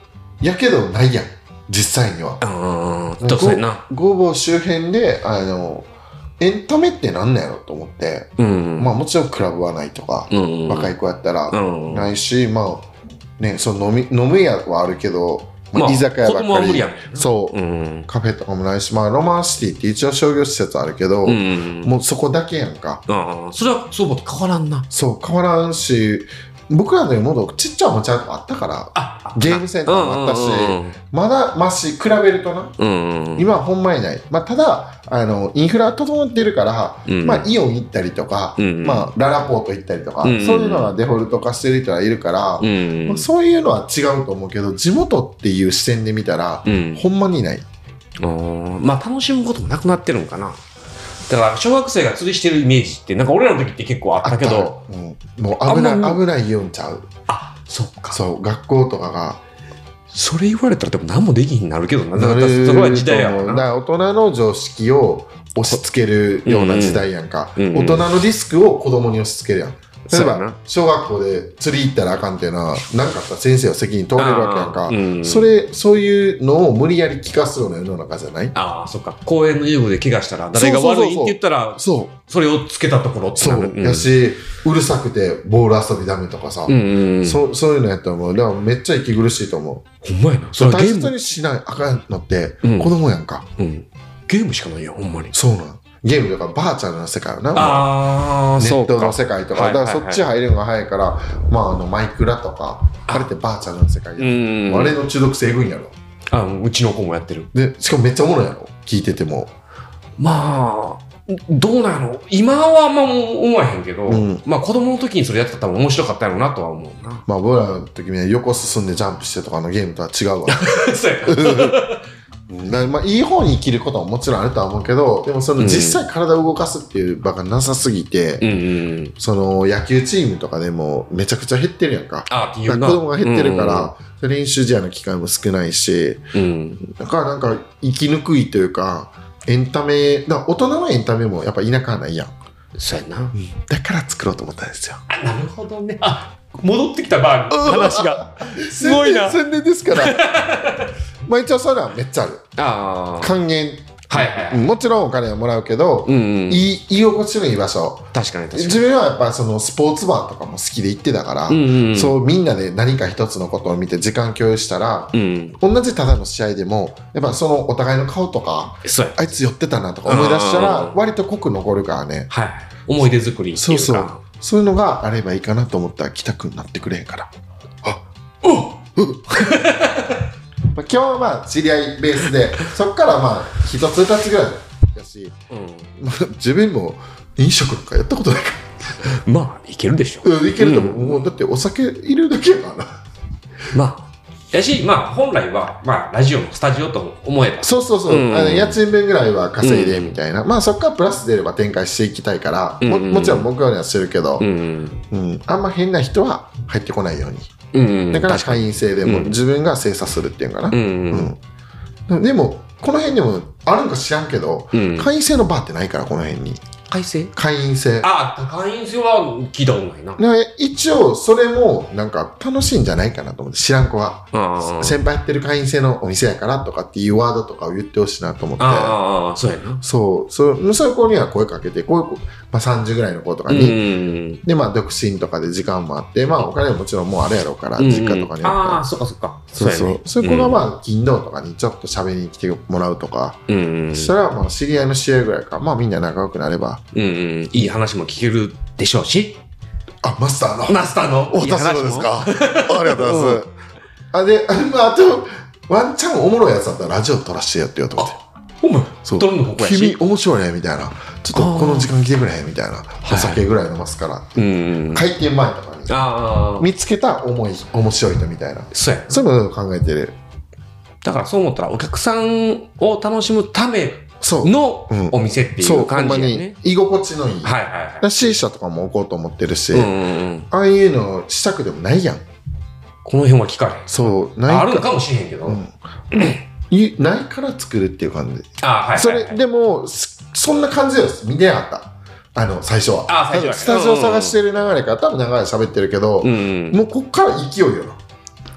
A: うやけどないやん実際には
C: ああ、そうやな。
A: ごぼう周辺であのエンタメってなんなんやろと思って、
C: うん。
A: まあもちろんクラブはないとか、
C: うん。
A: 若い子やったら
C: うん。
A: ないし、まあねその飲み飲み屋はあるけど、まあ
C: まあ
A: 居酒屋ば
C: 子供は
A: っか
C: 無理
A: り
C: やもんな
A: そう、
C: うん。
A: カフェとかもないし、まあ、ロマンシティって一応商業施設あるけど、
C: うん。
A: もうそこだけやんか
C: ああ、それはそうも変わらんな。
A: そう変わらんし僕らのよりもっとちっちゃいおもちゃあったから
C: あ
A: ゲームセンターもあったし、まだまし比べるとな
C: うん。
A: 今はほんまにない、まあ、ただあのインフラ整ってるから、
C: うん
A: まあ、イオン行ったりとか、
C: うん
A: まあ、ララポート行ったりとか、
C: うん
A: そういうのがデフォルト化してる人はいるから、
C: うん
A: まあ、そういうのは違うと思うけど地元っていう視点で見たら、
C: うん。
A: ほんまにない
C: ああまあ楽しむこともなくなってるんかな。だから小学生が釣りしてるイメージって、なんか俺らの時って結構あったけど、
A: あった、うんもう危
C: あ
A: なん
C: ま
A: い
C: り
A: 危ないよんちゃう
C: あそっか。
A: そう学校とかが
C: それ言われたらでも何もできひんなるけどな。だ
A: な
C: か
A: る
C: ら
A: と
C: そこは時代やも
A: 思
C: ん
A: うだか
C: な。
A: ら大人の常識を押し付けるような時代やんか、
C: うんうんうんう
A: 大
C: ん
A: 人のリスクを子供に押し付けるやん例え
C: そうや
A: ば
C: な
A: 小学校で釣り行ったらあかんっていうのは何かあったら先生は責任問われるわけやんか
C: あーうん
A: それそういうのを無理やり聞かすような世の中じゃない
C: ああ、そっか。公園の遊具で怪我したら、誰が
A: そうそうそうそう
C: 悪いって言ったら、
A: そう
C: それをつけたところって
A: そ
C: な
A: う、
C: る。
A: やしうるさくてボール遊びダメとかさ、
C: うんうんうん。
A: そそういうのやったらもうだからめっちゃ息苦しいと思う
C: ほんまやな。
A: そ
C: それ
A: れ
C: は
A: 大
C: ゲー
A: 切
C: ム。
A: にしないあかんのって、
C: うん
A: 子供やんか
C: うん。ゲームしかないよ、ほんまに。
A: そうなんゲームとかバーチャルな世界よな
C: ああ、
A: ネ
C: そ
A: ッ
C: うか。
A: トの世界とか
C: はいは
A: だ
C: いはい
A: からそっち入るのが早いから、まああのマイクラとかあれってバーチャルな世界
C: う
A: やん、
C: ん。
A: あれの中毒性えぐいんやろ
C: あうちの子もやってる。
A: でしかもめっちゃおもろいやろ聞いてても
C: まあ、どうなの今はあんま思わへんけど、
A: うん
C: まあ子供の時にそれやってたら面白かったやろうなとは思うな。
A: まあ僕らの時には横進んでジャンプしてとかのゲームとは違うわだか
C: そうや な
A: らまあいい方に生きることももちろんあるとは思うけどでもその実際体を動かすっていう場がなさすぎて、
C: うんうん。
A: その野球チームとかでもめちゃくちゃ減ってるやんか
C: ああ、ってい
A: だか
C: うな。
A: ら子供が減ってるから、練習試合の機会も少ないし
C: うんうん。
A: だからなんか生きにくいというかエンタメだから大人のエンタメもやっぱ田舎はないやん、
C: うん。そうやな。
A: だから作ろうと思ったんですよ
C: あ、なるほどね。あ、戻ってきたバーに話が。すごいな。
A: 宣伝宣伝ですから まあ一応そういうのはめっちゃある
C: ああ。
A: 還元
C: はいはいはい。
A: もちろんお金はもらうけど、
C: うんうん。
A: いい居心地のいい場所
C: 確かに確か
A: 自分はやっぱそのスポーツバーとかも好きで行ってたから、
C: に。うんうん。
A: そうみんなで何か一つのことを見て時間共有したら
C: う。うん。
A: 同じただの試合でもやっぱそのお互いの顔とか
C: そうや。
A: あいつ寄ってたなとか思い出した
C: うんうん
A: ら
C: うん
A: 割と濃く残るからね
C: はい。思い出作りっていうか。
A: そうそうそういうのがあればいいかなと思ったら北区になってくれへんから
C: お
A: まあ今日はまあ知り合いベースでそっからまあ一つ二つぐらいだし、
C: う
A: まあ、自分も飲食なんかやったことないか
C: ん。まあ、いけるでしょ。
A: らうんいけると思う,、
C: うん
A: もうだってお酒入れるだけやからな
C: まあ。やし、まあ、本来は、まあ、ラジオのスタジオと思えば。
A: そうそうそう、
C: うん
A: あの家賃分ぐらいは稼いで
C: うん
A: みたいな、まあそっからプラス出れば展開していきたいから、も
C: うん
A: もちろん目標にはしてるけど、
C: うん。
A: うん、あんま変な人は入ってこないように、
C: うん。
A: だから
C: 確か
A: 会員制でも自分が精査するっていうのかな、
C: に。うん。
A: うんでもこの辺でもあるんか知らんけど、
C: うん。
A: 会員制のバーってないからこの辺に
C: 改正
A: 会員制
C: ああ、会員制は聞いたことないな。
A: で一応それもなんか楽しいんじゃないかなと思って知らん子は
C: あ
A: 先輩やってる会員制のお店やからとかっていうワードとかを言ってほしいなと思って
C: ああ、そうやな。
A: そうそうそういう子には声かけてこういう子、まあ、30ぐらいの子とか
C: う
A: に、
C: ん。
A: でまあ独身とかで時間もあってまあお金ももちろんもうあれやろうから実家とかに
C: あ
A: あ
C: あ、
A: って
C: そっかそっか。
A: そうそう
C: やね
A: そういう子がまあ金堂とかにちょっと喋りに来てもらうとか、
C: うんうん
A: それはまあ知り合いの知り合いぐらいかまあみんな仲良くなれば
C: うんうん。いい話も聞けるでしょうし。
A: あマスターの
C: マスターの。
A: お
C: いい
A: 渡し
C: 話も
A: のですかありがとうございます、あであ,、 まあ、あとワンチャンおもろいやつだったらラジオ撮らしてやってよと思って
C: ほんまや
A: そう
C: どんどんここや
A: 君
C: し。
A: 面白いねみたいなちょっとこの時間来てくれへんみたいないお酒ぐらい飲ますから
C: うんうん。
A: 開店前とかに
C: ああ、
A: 見つけた思い面白い人みたいな
C: そうや。
A: そういうのを考えてる
C: だからそう思ったら、お客さんを楽しむため
A: そう
C: の
A: うん
C: お店ってい
A: そううほん
C: 感
A: ま
C: じや
A: に
C: ね。
A: 居心地のいい、
C: はいはいは
A: だし C 社とかも置こうと思ってるし、
C: い。うんうんうん。
A: ああいうのしたくでもないやん
C: この辺は聞かれへん。
A: そうない
C: あるのかもしれへんけど。
A: うんいないから作るっていう感じ
C: ああ、はいはいはい。
A: それでもすそんな感じです見てなかったあの最初は
C: あ最初
A: 多分
C: は
A: スタジオ探してる流れから多分長い喋ってるけど、
C: うんうん。
A: もうこっから勢いよな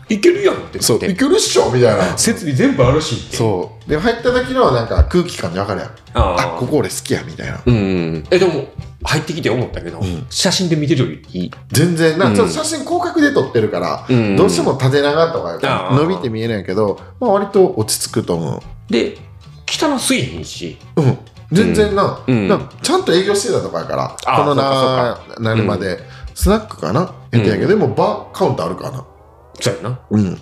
A: い
C: けるやんって
A: そういけるっしょみたいな
C: 設備全部あるしって
A: そうで入った時のなんか空気感で分かるやん
C: あ
A: あここ俺好きやみたいな
C: うんうんえでも入ってきて思ったけど、
A: うん
C: 写真で見てるよりいい、
A: 全然な
C: うん
A: ちょっと写真広角で撮ってるから、
C: うん
A: どうしても縦長とか
C: あー
A: 伸びて見えないけど、まあ、割と落ち着くと思う
C: で汚すいんし
A: うん全然な,、
C: うん
A: なちゃんと営業してたとかやから
C: あ
A: この
C: そ
A: ななるまで、スナックかなやったんやけど、でもバーカウンターあるからな
C: そうやな
A: うん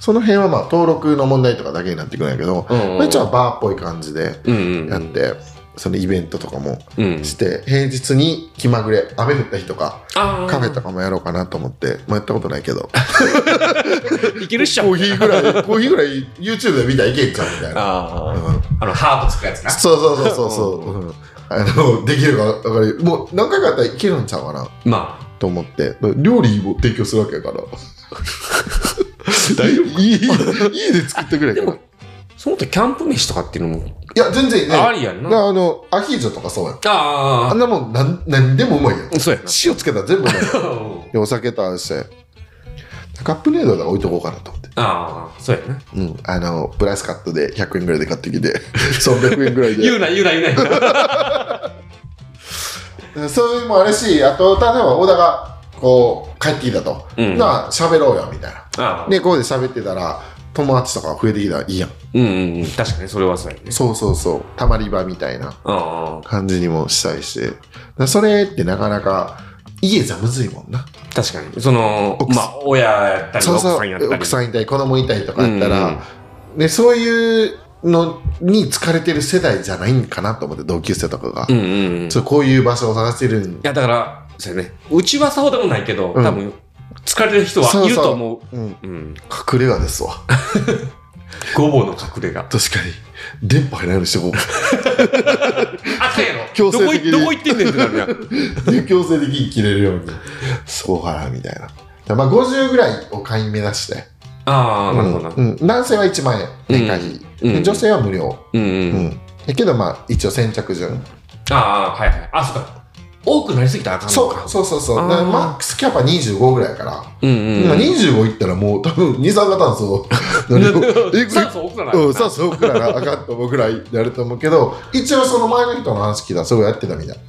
A: その辺はまあ登録の問題とかだけになってくるんやけど、
C: うん
A: まあ、一応はバーっぽい感じで
C: うんうん
A: やって、そのイベントとかも
C: うん
A: して、平日に気まぐれ雨降った日とか
C: あ
A: カフェとかもやろうかなと思って、まあ、やったことないけど
C: いけるっし
A: コーヒーぐら い、コーヒーぐらい YouTube で見たらいけんちゃうみたいな。
C: あ
A: うん
C: ーあのハートつくやつな
A: そうそうそうそうそう。うんあの、できるかわかる。もう何回かやったらいけるんちゃうかな
C: ま
A: と思って、料理を提供するわけやから。
C: 大丈
A: 夫いい、いいで作ってくれ
C: あで
A: かな
C: もその他キャンプ飯とかっていうのも
A: いや、全然いいね。
C: ありやん
A: だ
C: な
A: からあの、アヒージョとかそうやん。あ
C: あ
A: んなもん、なん、なんでもうまいやん。
C: あそうやな
A: 塩つけたら全部うまいやんでお酒と合わせて。カップヌードルとか置いとこうかなと思って。
C: ああそうやな
A: うん。あの、プライスカットで100円ぐらいで買ってき て、300円ぐらいで。
C: 言うな言うな言う な
A: そういうのもあるし、あと、例えば小田がこう帰ってきたと、
C: うん
A: なあ、喋ろうよみたいな。
C: ああ
A: で、ここで喋ってたら、友達とか増えてきたらいいやん。
C: うんうんうん確かにそれはそうやね
A: そうそうそう、たまり場みたいな
C: ああ
A: 感じにもしたいし、だからそれってなかなか、家じゃむずいもんな。
C: 確かにその
A: 奥さ
C: まあ親やったり
A: そう
C: 奥
A: そう
C: さんやったり
A: 奥さんいたり、子供いたりとかやった
C: う
A: ら
C: ん、
A: ね、そういうのに疲れてる世代じゃないんかなと思って、同級生とかが。
C: うんうんうんい
A: そうこういう場所を探してるん
C: やだからそうやねうちはさほどでもないけど、
A: うん
C: 多分疲れてる人はいると思う
A: うん、
C: うん、
A: 隠れ家です わ。
C: ごぼうの隠れが
A: 確かに電波入らないようにしてこ う
C: あかんやろ
A: 強制的に
C: どこいどこ行ってんねんってなるやん
A: で強制的に切れるようにそうかなみたいなだからまあ50ぐらいを会員目指して、
C: ああなるほどな、
A: うんうん男性は1万円年会費、
C: うん
A: で女性は無料、
C: うんう
A: うん
C: ん
A: だけどまあ一応先着順
C: ああはいはいあそうか多くなりすぎたらあかんの
A: そうそうそうそう
C: あー
A: だからマックスキャパ25ぐらいやから、
C: うんうん
A: 今25いったらもう多分二酸化炭素 え
C: 酸素多くならな
A: うん、さあそうくらなあかんと思うぐらいになると思うけど一応その前の人の話聞いたらそうやってたみたい、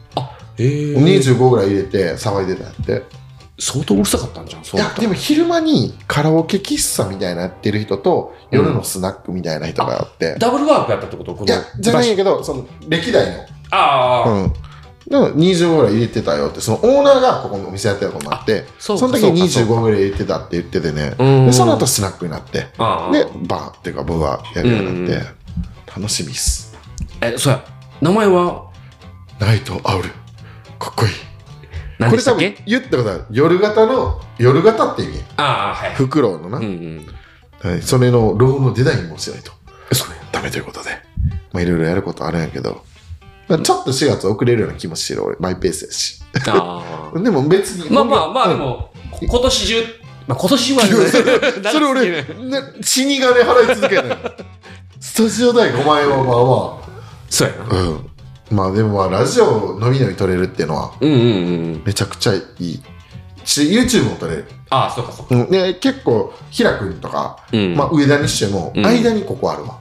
C: えー
A: 25ぐらい入れて騒いでたんやって
C: 相当うるさかったんじゃんそ
A: いうやでも昼間にカラオケ喫茶みたいなやってる人と
C: うん
A: 夜のスナックみたいな人があって、
C: ダブルワークやったってことこ
A: い
C: の
A: やじゃないんやけどその歴代
C: ああ、
A: のうんでも25ぐらい入れてたよってそのオーナーがここのお店やってることもあって
C: そ
A: その時に25ぐらい入れてたって言っててねでその後
C: で
A: スナックになって
C: ああ
A: でバーっていうか僕はやるようになっ
C: う
A: て楽しみっす
C: えそうや名前は
A: ナイトアウルかっこいい
C: 何
A: こ
C: で
A: れ
C: した
A: 多
C: っけ
A: 分言ったことある夜型の夜型って意味
C: ああはい
A: フクロウのな、
C: うんうん
A: はい、それのロゴのデザインもしないと
C: そうや
A: ダメということで、まあ、いろいろやることあるんやけど、まあ、ちょっと4月遅れるような気もしてる俺マイペースやし
C: あ
A: でも別に
C: まあまあまあで
A: うん
C: も、こ今年中、まあ今年は、
A: それ俺ね死神払い続けないスタジオ代5万円はまあま
C: そうやな。
A: あうんまあでもまあラジオのみのみ撮れるっていうのは
C: うんうんうん。
A: めちゃくちゃいいし YouTube も撮れる、
C: ああ、そうかそうか。
A: うん、で結構平君とか、
C: うん
A: まあ、上田にしても
C: うん
A: 間にここあるわ、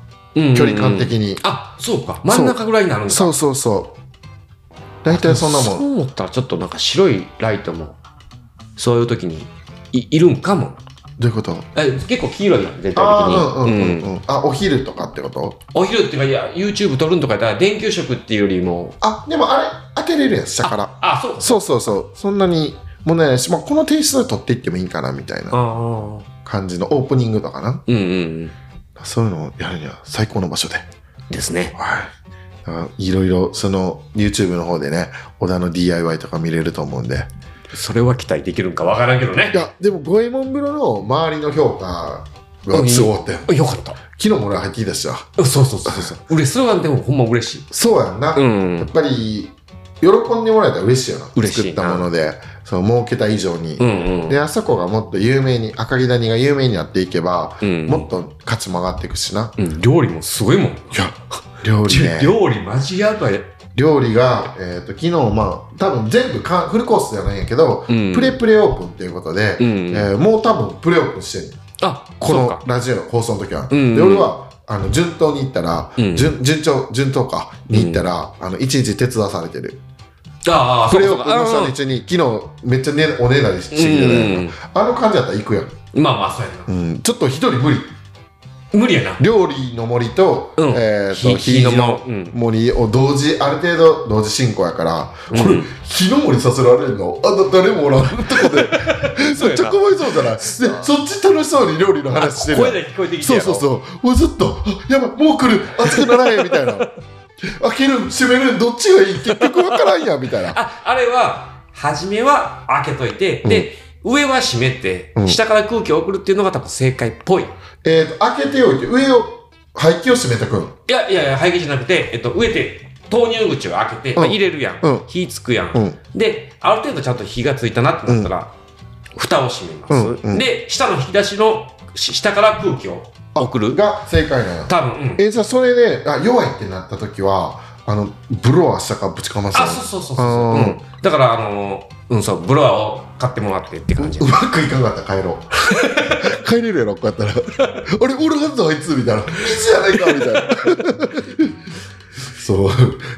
A: 距離感的。に、
C: あ、そうか。真ん中ぐらいになるんだ。
A: そうそうそう大体そんなもん
C: そう思ったらちょっとなんか白いライトも、そういう時にいいるんかも。
A: どういうこと
C: え結構黄色いやん、全
A: ああ
C: 体
A: うんうん
C: 的
A: うん
C: に。
A: う
C: うん
A: ん、あお昼とかってこと
C: お昼っていうか、いや、YouTube 撮るんとかやったら、電球色っていうよりも、
A: あでもあれ当てれるやん下から
C: あ、そう。
A: そうそうそうそんなに問題ないし、まあ、このテイストで撮っていってもいいかなみたいな
C: ああ。
A: 感じのオープニングとかな
C: うんうん。
A: そういうのをやるには最高の場所で
C: ですね。
A: はい。だからいろいろ、その、YouTube の方でね、小田の DIY とか見れると思うんで。
C: それは期待できるんかわからんけどね
A: い。や、でも、五右衛門風呂の周りの評価がすごかったよ。
C: よかった。
A: 昨日も俺入ってきたしさ。
C: そうそうそうそう。嬉しそうなんでもほんま嬉しい。
A: そうやんな。や
C: ん
A: っ。ぱり、喜んでもらえたら嬉しいよな。
C: 嬉しい
A: 作ったもので、その、儲けた以上に。
C: うんうん。
A: で、あそこがもっと有名に、赤木谷が有名になっていけば、
C: うん
A: もっと価値も上がっていくしな。
C: うん、料理もすごいもん。
A: いや、料理ね。
C: 料理マジやばい。
A: 料理が、えー、と昨日まあ多分全部かフルコースじゃないんやけど、
C: うん
A: プレプレオープンっていうことで、
C: うん
A: えーもう多分プレオープンしてる
C: あ、
A: こ
C: そう
A: の
C: か。
A: ラジオの放送の時は、
C: うん
A: で俺はあの順当に行ったら、
C: うん
A: 順順調順当かに行ったら、あの一日手伝わされてる
C: ああ、
A: プ
C: そう
A: レ
C: か
A: オ
C: そう
A: ープン
C: か
A: の初日に昨日めっちゃ、ね、おねだりしてきてたやんかあの感じだったら行くやん、
C: うんまあまあ、そうやな。
A: うん、ちょっと一人無理
C: 無理やな。
A: 料理の森と、
C: うん
A: えー、と
C: ひ
A: 火
C: ひの
A: の
C: 森うん
A: 森を同時ある程度同時進行やから、
C: うん
A: これ火の森させられるのあだ誰もおらんとこで
C: そう
A: めっ
C: や
A: ちゃ
C: な
A: か。わいそうじゃないでそっち楽しそうに料理の話して
C: 声
A: る
C: で聞こえてきて
A: そう
C: や
A: そう
C: う。
A: そうもうずっとあやばいもう来る熱くならへんみたいな開ける閉めるどっちがいい結局わからんやみたいな
C: あ、あれは、初めは開けといて、で、上は閉めて
A: う、ん
C: 下から空気を送るっていうのが多分正解っぽい。
A: えーと開けておいて上を排気を閉めてくん
C: いやいやいや、排気じゃなくて、えっと、植えて、投入口を開けて、
A: ん
C: まあ入れるやん,、
A: うん
C: 火つくやん,、
A: うん
C: で、ある程度ちゃんと火がついたなってなったら、蓋を閉めます、
A: うんうん
C: で、下の引き出しのし下から空気を送る。
A: が正解なんや
C: 多分、うん。
A: えーじゃあそれであ弱いってなった時はあのブロワー下からぶちかますの
C: あ、そうそうそうそうそう、
A: あ
C: う
A: ー
C: ん。だから、あのーうん、そう、ブロワーを買ってもらってって感じ
A: う。まくいかなかったら帰ろう帰れるやろこうや ったらあれおるはずだあいつみたいな水やないかみたいな そう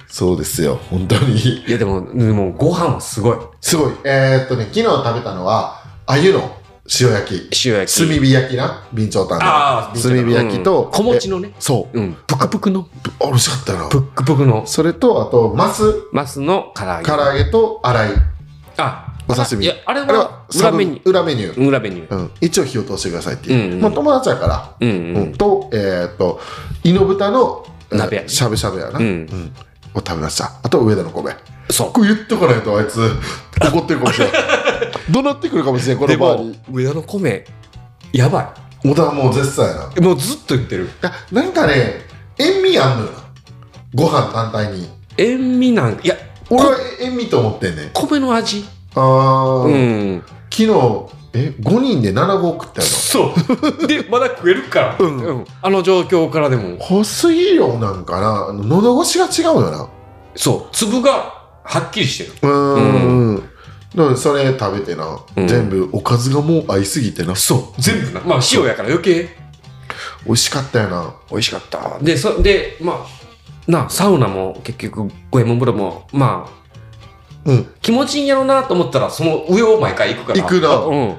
A: そうですよ本当に
C: いや、でも、でもご飯はすごい。
A: すごいえーっとね昨日食べたのは鮎の塩焼き
C: 塩焼き。
A: 炭火焼きな備長炭
C: ああ、
A: 炭火焼きと
C: うん小餅のね。
A: そう
C: うん。ぷくぷくの。
A: ぶあ美味しかったな
C: ぷっくぷくの。
A: それとあとマス
C: マスの唐揚げ。
A: 唐揚げと洗い
C: あ、
A: お刺身
C: いや、あれ
A: あれ
C: は
A: は
C: 裏メニュー。
A: 裏メニュー
C: 裏メニュー。
A: うん、一応火を通してくださいっていう、
C: うんうん
A: まあ、友達やから、
C: うんう
A: うん
C: ん。
A: とえーっとイノブタのえー
C: 鍋やね
A: しゃぶしゃぶやな、
C: うん
A: を食べましたあと上田の米
C: そう。
A: これ言っとかないとあいつ怒ってるかもしれない怒鳴ってくるかもしれんこの
C: で
A: 周
C: も
A: り、
C: 上田の米、やば。
A: 小田はもう絶賛やない
C: もうずっと言ってる。
A: いやなんかね塩味あんのよご飯単体に
C: 塩味なんいや、
A: 俺は塩味と思ってんねん
C: 米の味。
A: あー、
C: ん。
A: 昨日え5人で7合食ったや
C: そう。で、まだ食えるから。
A: うん
C: ん。あの状況からで
A: ろ
C: も。
A: 保水量なんかなあの喉越しが違うよな
C: そう。粒がはっきりしてる。
A: うーん。だからそれ食べてな、
C: うん
A: 全部おかずがもう合いすぎてな
C: そう。全部な。まあ、塩やから余計。
A: 美味しかったよな
C: 美味しかった。で、そ、で、まあ、なあ、サウナも結局、五右衛門風呂も、まあ、
A: うん
C: 気持ちいいんやろうなと思ったら、その上を毎回行くから。
A: 行くな
C: あうん。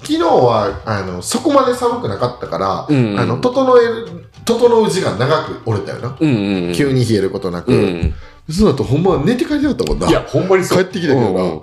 A: 昨日はあのそこまで寒くなかったから、
C: うんうん
A: あの整える整う時間長く折れたよな、
C: うんうんうん。
A: 急に冷えることなく、
C: うん。
A: そうだとほんまは寝て帰りだったもんない
C: や、ほんまにそう。
A: 帰ってきたけどな
C: うんうん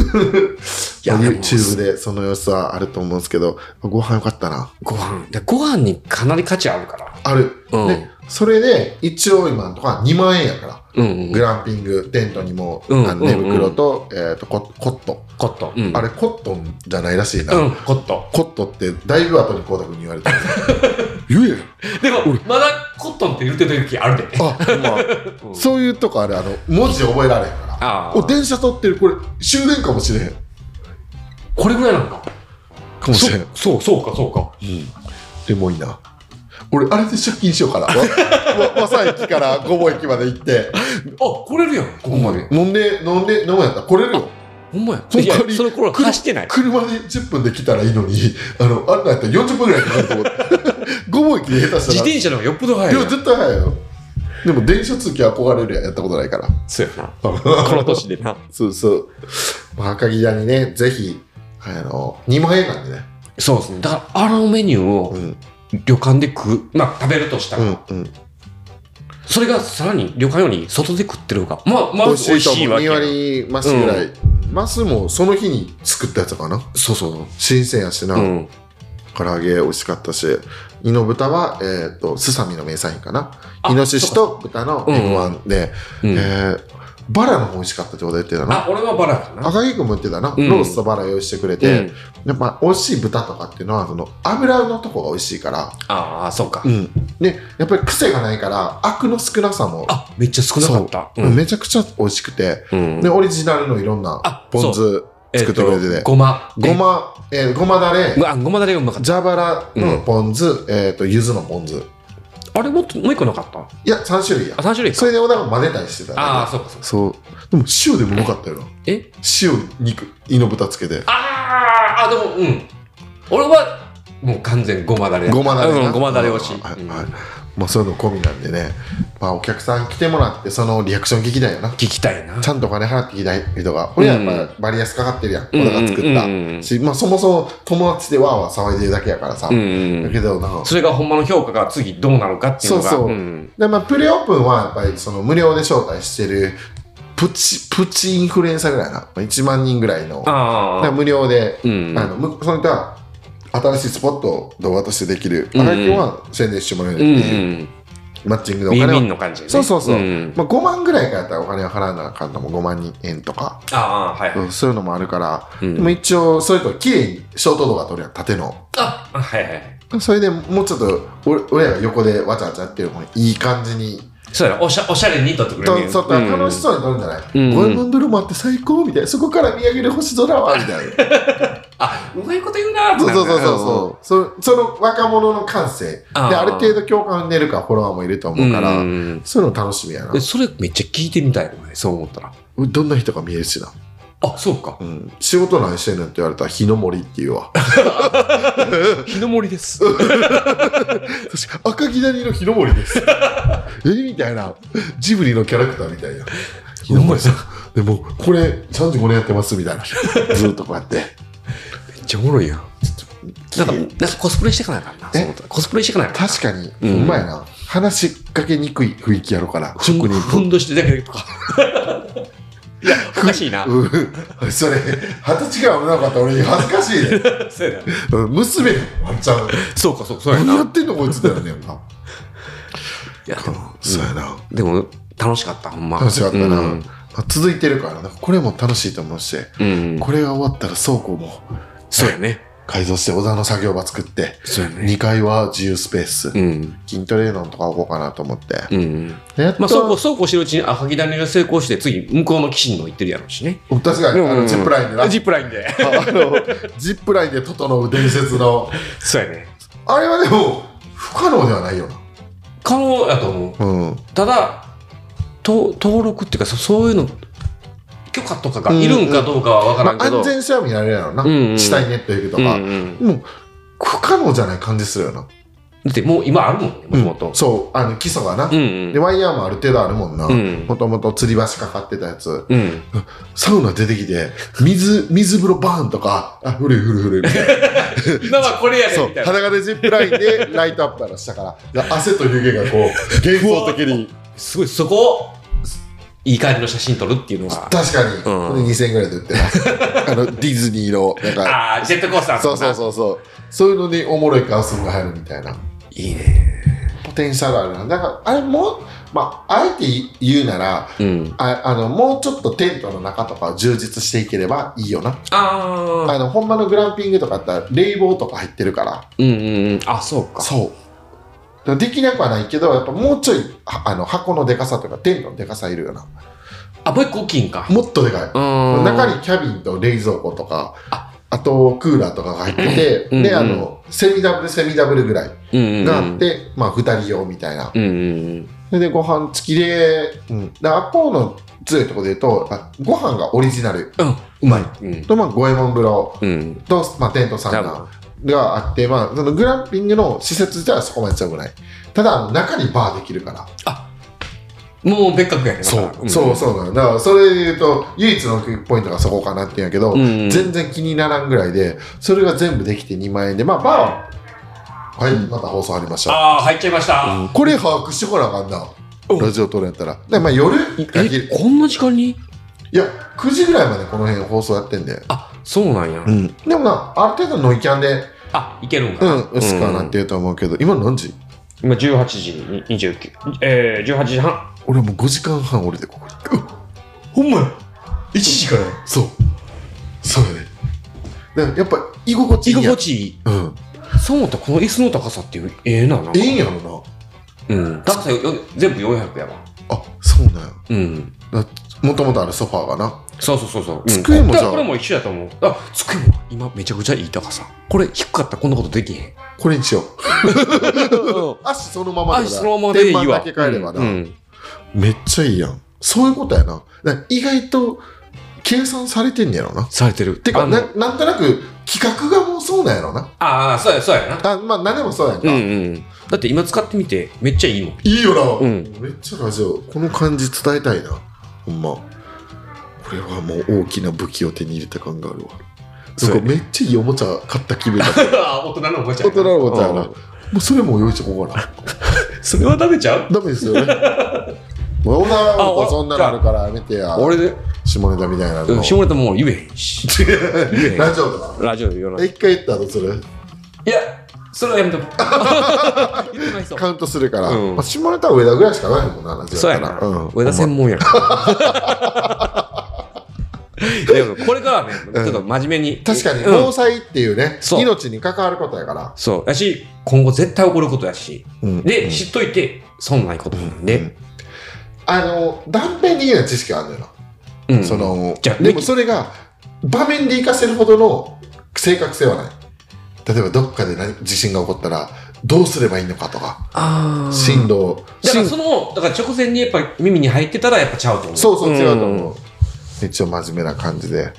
C: いや、でも
A: YouTube でその様子はあると思うんですけどご飯よかったな
C: ご飯。でご飯にかなり価値あるから。
A: ある、
C: うん
A: でそれで一応今のとこは2万円やから、
C: うん
A: グランピングテントにも、
C: うん
A: あの寝袋と,、えー、とココット
C: コット。うん
A: あれコットンじゃないらしいな、
C: うん、コット。
A: コットってだいぶ後に光太君に言われ た言えよ
C: でも、まだコットンって言ってる時あるで。
A: あほんま、そういうとこあるあの文字覚えられへんから
C: あ
A: お電車通ってるこれ終電かもしれへん
C: これぐらいなのか。
A: かもしれん
C: そう、そうか、そうか。
A: でもいいな俺、あれで借金しようかな。わ、 わ、わさ駅からごぼ駅まで行って。
C: 来れるやん、ここまで。
A: 飲んで、飲んで、飲むやったら来れるよ。
C: ほんまや。
A: ほんまに
C: いや、その頃は貸してない。
A: 車で10分で来たらいいのに、あの、あんなんやったら40分ぐらいかかると思って。ごぼ駅で下手
C: 自
A: したら。
C: 転車の方がよっぽど早い
A: い
C: や
A: や、
C: ん。
A: 絶対早いよ。でも電車通勤憧れるやんやったことないから。
C: そうや な。この年でな。
A: そうそう。赤城屋にね、ぜひ、あの、2万円なんでね。
C: そうですね。だから、あのメニューを
A: ん。
C: 旅館で食う。まあ、食べるとしたら。
A: うん。うん。
C: それがさらに旅館より外で食ってる方が、まあ、ま
A: 美
C: あ、美
A: 味しい
C: 味
A: と
C: しい
A: 思う。
C: わけ
A: 2
C: や。
A: 割マスぐらい。マスもその日に作ったやつかな。
C: そうそ
A: 新鮮やしな。
C: う。うん。
A: 唐揚げ美味しかったし、イノブタは、えっ、と、すさみの名産品かな。
C: あ
A: イノシシと豚の
C: うん
A: M1 で、
C: うん
A: えーバラの方美味しかったってこと言ってたな。
C: あ、俺はバラかな。
A: 赤木君も言ってたな、
C: うん
A: ロースとバラ用意してくれて、やっぱ美味しい豚とかっていうのはその油のとこが美味しいから、
C: ああ、そうか。
A: でやっぱり癖がないからアクの少なさも、
C: あ、めっちゃ少なかった。
A: うん。めちゃくちゃ美味しくて、
C: うん
A: でオリジナルのいろんな
C: あ
A: ポン酢作ってくれてて、
C: えっとごま。
A: ごま、えーごまだれ
C: え。あ、ごまだれがうまかっ
A: 蛇腹のポン酢、えっ、と柚子のポン酢
C: た。あれもっと、もう一個なかった
A: いや3種類や
C: あ、3種類
A: そ
C: か。
A: れでお腹真似たりしてたね
C: ああ、そうかそう
A: そ
C: か。
A: うでも塩でもよかったよな
C: え
A: 塩肉胃の豚つけて
C: ああ、あ、でも、うん。俺は、もう完全ごまだれ。
A: ごまだれな
C: うん、ごまだれ推し。
A: はいはい
C: うん
A: まあそういうの込みなんでね、まあ、お客さん来てもらってそのリアクション聞きたいよな
C: 聞きたいな。
A: ちゃんとお金払ってきたい人が俺はやっぱバリアスかかってるやん、
C: うん
A: 俺が作った、
C: うんうんうん
A: し、まあ、そもそも友達でわーわー騒いでるだけやからさ、
C: うんう
A: だ
C: ん。
A: けどな
C: それがほんまの評価が次どうなのかっていうのが。
A: そうそうんで、まあ、プレオープンはやっぱりその無料で招待してるプチプチインフルエンサーぐらいな1万人ぐらいの
C: あ
A: だから
C: あ。
A: 無料で、
C: うん
A: あのむそれとは新しいスポットを渡してできる
C: うん
A: 荒井君は宣伝してもらえるっ
C: う
A: て
C: んう
A: いう、
C: ん。
A: マッチングのお
C: ウィンウ
A: 金
C: ィ
A: を
C: ンの感じね。
A: そうそうそう、
C: ん
A: まあ、5万ぐらいからやったらお金を払わなあかんのも5万円とか、
C: ああ、はいはい。
A: うんそういうのもあるから、
C: うん
A: でも一応それと綺麗にショート動画撮るやん縦の
C: あ、はいはい。
A: それでもうちょっと俺俺らが横でわちゃわちゃやってるのもいい感じに
C: そうやな。おしゃおしゃれに撮ってくれる
A: と
C: ね。
A: そう
C: うん
A: 楽しそうに撮るんじゃない、
C: うん
A: 五右衛門風呂もあって最高みたいなそこから見上げる星空はみ たいな
C: あ、うまいこと言うなーって
A: そうそう
C: なる
A: そうそうそうそその若者の感性で
C: あー
A: ある程度共感を得るかフォロワーもいると思うから、
C: うん
A: そういうの楽しみやな
C: えそれめっちゃ聞いてみたいお前そう思ったら
A: どんな人か見えるしな
C: あそうか
A: うん仕事何してんのって言われたら日の森っていう わ
C: 日の森です
A: 確か赤木谷の日の森です えみたいなジブリのキャラクターみたいな
C: 日の 森さん
A: でもこれ35年やってますみ たいなずっとこうやって
C: めっちゃおもろいやんなんかなんかコスプレしてかないからな
A: え
C: そう思ったらコスプレしてかない
A: 確かに
C: うん
A: うまいな、話しかけにくい雰囲気やろから
C: ふん
A: 職人
C: ふんどしてだけと かいやおかしいな
A: うん それ二十歳が危なかったら俺に恥ずかしいね
C: そうやな
A: うん娘のワンちゃん
C: そうかそうそうや
A: 何や
C: な
A: ってんのこいつだよねんない
C: やでも
A: そうやな
C: でも楽しかったほんま
A: 楽しかったな、
C: うん
A: あ続いてるからなこれも楽しいと思うし、
C: うん
A: これが終わったら倉庫も
C: そうやね
A: 改造して小沢の作業場作って
C: そうやね
A: 2階は自由スペース、
C: うん
A: 筋トレのとか置こうかなと思って、
C: うん
A: でやっと、
C: まあそうこうそうこうしてるうちに赤木谷が成功して次向こうの岸にも行ってるやろうしね
A: 確かにあのジップラインでな、
C: ジップラインで
A: あのジップラインで整う伝説の
C: そうやね
A: あれはでも不可能ではないよな
C: 可能やと思う
A: うん
C: ただと登録っていうかそそういうの許可とかがいるんかどうかは分か
A: ま
C: らん
A: あ、
C: けど、
A: 安全性は見られるやろな、
C: うんうん
A: 下にネット引くとか、
C: うんうん
A: もう不可能じゃない感じするよな
C: だってもう今あるもんねもともと
A: そうあの基礎がな、
C: うん
A: でワイヤーもある程度あるもんな
C: うん
A: もともと吊り橋かかってたやつ
C: うんうん
A: サウナ出てきて水水風呂バーンとかあ古い古い古いみたいな
C: 今はこれやね
A: そ
C: ん
A: う
C: みたいな
A: 裸でジップラインでライトアップからしたからだ汗と湯気がこう幻想的に
C: すごいそこをいい感じの写真撮るっていうのが
A: 確かに、これ2000円ぐらいで売ってた あのディズニーのなんか
C: ああジェットコースター
A: そうそう
C: う
A: そうそうそういうのにおもろいカーソンが入るみたいない
C: いね
A: ポテンシャルあるなだからあれもうまああえて言うなら
C: うん
A: ああのもうちょっとテントの中とかを充実していければいいよな
C: ああ
A: あのほんまのグランピングとかやったら冷房とか入ってるから
C: うんうんうんあそうか
A: そうだからできなくはないけどやっぱもうちょいはあの箱のでかさとかテントのでかさいるよな
C: あもう一個大きいんか
A: もっとでかい
C: うん
A: 中にキャビンと冷蔵庫とか
C: あ
A: あとクーラーとかが入ってて、
C: うん
A: で
C: うん
A: あのセミダブルセミダブルぐらい
C: うんうんうん
A: があって、まあ2人用みたいな
C: うんうん
A: それでご飯付きで、うん、だからアポーの強いところで言うとあご飯がオリジナル
C: うんうまいうん
A: とまあ五右衛門風呂
C: うん
A: と、まあ、テントサウナがあって、まあ、そのグランピングの施設自体はそこまで強くないただあの中にバーできるから
C: もう別格やね
A: そうそうなのだからそれで言うと唯一のポイントがそこかなって言うんやけど、
C: うんうん
A: 全然気にならんぐらいでそれが全部できて2万円でまあバーははいまた放送ありました
C: ああ入っちゃいました
A: これ把握してこなあかんな
C: うん
A: ラジオ撮るんやったらで、まあ、夜限り
C: えこんな時間に
A: いや9時ぐらいまでこの辺放送やってんで、
C: あそうなんや
A: うん、でもなある程度ノイキャンで
C: あいけるん
A: う
C: かなん
A: 薄くはなってると思うけど、今何時
C: 今18時に29えー18時半
A: 俺はもう5時間半俺でここに
C: ほんまや1時から
A: そうそうやねだからやっぱ居心地い
C: 居
A: いや
C: 心
A: ん
C: 地いい
A: うん
C: そう思ったらこの椅子の高さっていうええななんか
A: いいんやろ
C: うん高さよよ全部400やわ
A: なあそうなんや
C: うん
A: もともとあるソファーがな
C: そうそうそうそう
A: 机もじゃあ
C: だからこれも一緒やと思うあ机も今めちゃくちゃいい高さこれ低かったらこんなことできへ ん
A: これにしよう
C: あ
A: 足そのままで
C: そのままでいいわ
A: 天板だけ変えればな、
C: うん
A: めっちゃいいやんそういうことやなだから意外と計算されてんねやろな
C: されてる
A: て
C: あ
A: か
C: の
A: ななんとなく企画がもうそうなんやろな
C: ああそうやそうやな
A: あまあ何でもそうやんか、
C: うんうんだって今使ってみてめっちゃいいもん
A: いいよな、
C: うん
A: めっちゃラジオこの感じ伝えたいなほんまこれはもう大きな武器を手に入れた感があるわ
C: そう
A: な
C: や
A: んかめっちゃいいおもちゃ買った気分だ大
C: 大人のおもちゃ
A: 人のおもちゃやな
C: う
A: もうそれも用意してこうかな
C: それはダメちゃう
A: ダメですよ ねもう女の
C: あ
A: 子そんなのあるからやめてや
C: 俺で
A: 下ネタみたいな
C: う
A: の
C: ん下ネタもう言え へんし言えへん
A: ラジオだな
C: ラジオで言わない
A: え一回言ったらどうする
C: いやそれはやめとこう言ってないそう
A: カウントするから、
C: うん
A: まあ、下ネタは上田ぐらいしかないもんなラジオ
C: そうや
A: った
C: な
A: らうん、
C: 上田専門やから でもこれからはねちょっと真面目に
A: 確かに
C: うん
A: 防災っていうね、
C: そう
A: 命に関わることやから、
C: そうやし今後絶対起こることやし
A: うん
C: で、
A: うん
C: 知っといて損ないことなん
A: うん
C: で、
A: あの断片的な知識はあるのよな、
C: うん
A: その
C: じゃあ
A: でもそれが場面で活かせるほどの正確性はない例えばどっかで何地震が起こったらどうすればいいのかとか
C: あー
A: 震度
C: だから
A: 震
C: そのだから直前にやっぱ耳に入ってたらやっぱちゃうと思う
A: そうそう違うと思
C: ん
A: う、一応真面目な感じで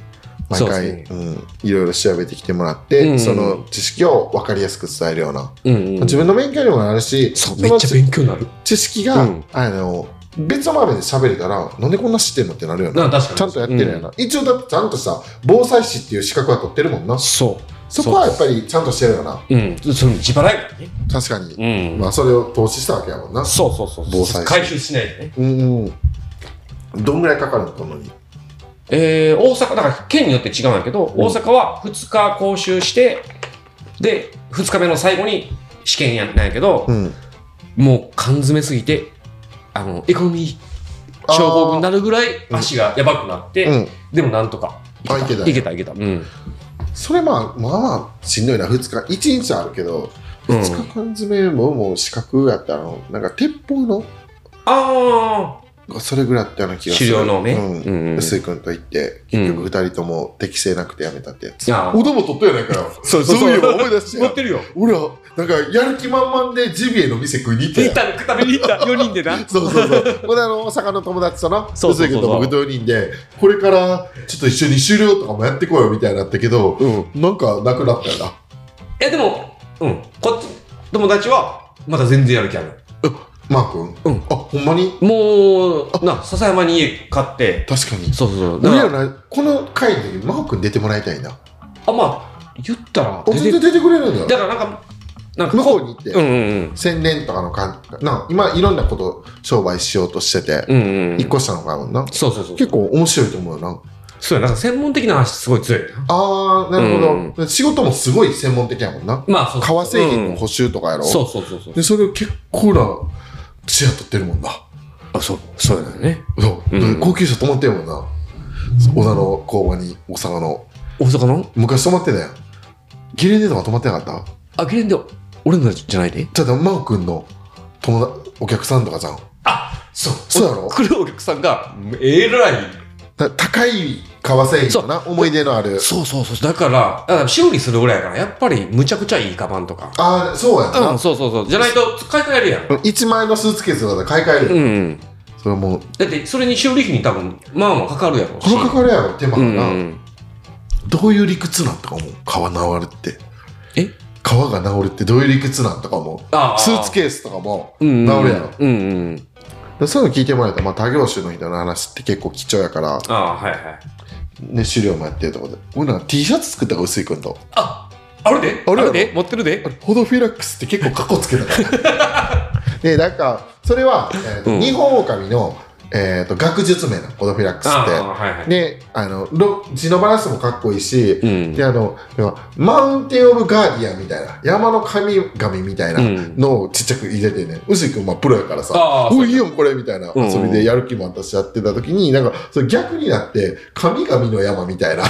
A: 毎
C: そう
A: 回
C: で
A: うんいろいろ調べてきてもらって、
C: うん
A: その知識を分かりやすく伝えるような、
C: うんうん
A: 自分の勉強にもなるし
C: そう
A: そ
C: め
A: の
C: っちゃ勉強になる
A: 知識が、
C: うん
A: あの別の場面で喋れたらなんでこんな知ってんのってなるよな
C: な確かに
A: ちゃんとやってるやな、一応だってちゃんとさ防災士っていう資格は取ってるもんな
C: そ
A: そこはやっぱりちゃんとしてるよな
C: ううんその自腹やからね
A: 確かに、
C: うん
A: まあそれを投資したわけやもんな
C: そうそうそう
A: 防災
C: 回収しないでね
A: うんうんどんぐらいかかるのこのに
C: えー、大阪だから県によって違うんやけど、大阪は2日講習してで2日目の最後に試験やなんやけど、
A: ん
C: もう缶詰すぎてあのエコノミー症候群になるぐらい足がやばくなって、
A: うん
C: でもなんとか
A: あいけた
C: いけたいけたうん
A: それまあまあまあしんどいな2日1日はあるけど
C: うん
A: 2日間詰めももう資格やったのなんか鉄砲の
C: あ
A: それぐらいだったような気
C: あ
A: がす
C: 狩
A: る
C: 猟のね、
A: うん
C: うん
A: 臼井君と行って結局2人とも適性なくてやめたってやつ、
C: ああ
A: おども取ったやないかよ
C: そう
A: そういえば思い出して
C: 持ってるよ
A: 俺はなんかやる気満々でジビエの店食いに行った
C: 行っ
A: やん
C: た食べに行った4人でな
A: そうそうそうほんであの大阪の友達とな
C: そうそ
A: 臼
C: うそうそう
A: 井君と僕と4人でこれからちょっと一緒に終了とかもやってこいよみたいになったけど
C: うん
A: なんかなくなったよな
C: えでもうんこっち友達はまだ全然やる気ある
A: マー君、
C: うん
A: あほんまに
C: もうな笹山に家買って
A: 確かに
C: そうそうそうだ
A: 俺
C: から
A: らなこの回でマー君出てもらいたいな
C: あまあ言ったら
A: 全
C: 出
A: 然
C: て
A: 出てくれるんだよ
C: だからなんかなんか
A: 向こうに行って、
C: うんうん
A: 宣伝とかのかんな今いろんなこと商売しようとしてて、
C: うんうんうん
A: 一個下のかもんな
C: そうそうそう
A: 結構面白いと思うよな
C: そうやなんか専門的な話すごい強いよな
A: あーなる
C: うん
A: ほど、仕事もすごい専門的やもんな
C: まあそう
A: 革製品の
C: うん
A: 補修とかやろ、
C: そうそうそうそう
A: でそれを結構なシェア取ってるもんな
C: あそうそうだよね
A: そう、
C: うん
A: 高級車止まってるもんな小田の工場に大阪の
C: 大阪の
A: 昔止まってたやんゲレンデとか止まってなかった
C: あゲレンデ俺のじゃないで
A: じゃあ真央君の友達お客さんとかじゃん
C: あそう
A: そうやろ
C: 来るお客さんがえらい
A: だ高い革製品
C: そう
A: かな思い出のある
C: そうそうそう。だから、だから修理するぐらいやから、やっぱりむちゃくちゃいいカバンとか。
A: ああそうやんな、
C: うん、そうそうそう。じゃないと買い替えるやん。
A: 一万円のスーツケースだったら買い替える、
C: うん。
A: それもう
C: だって、それに修理費に多分、まあまあかかるやろうし。
A: このかかるやろ手間
C: う
A: が
C: んう
A: な、
C: ん。
A: どういう理屈なんとか思う革治るって
C: え
A: 皮が治るってどういう理屈なんとかも
C: あ
A: スーツ
C: ー
A: ケースとかも
C: うんうん
A: 治るやろ
C: うんうん。
A: でそういうの聞いてもらえたら、まあ、他業種の人の話って結構貴重やから、
C: ああ、はいはい。
A: ね、資料もやってるとこで俺なんか T シャツ作ったから薄井君と
C: ああるで
A: あるやろ
C: で持ってるで
A: ホドフィラックスって結構カッコつけたから でなんかそれは、えーと
C: うん
A: 日本狼の、えー、と学術名なのホドフィラックス
C: ああ、
A: っ
C: はいは
A: て
C: い。
A: であのロ字のバランスもかっこいいし、
C: うん
A: であの要はマウンテン・オブ・ガーディアンみたいな山の神々みたいな
C: うん
A: のをちっちゃく入れてね臼井君まあプロやからさ
C: ああ
A: おいいよこれみたいな
C: うん
A: 遊びでやる気も私やってた時になんかそれ逆になって神々の山みたいな なん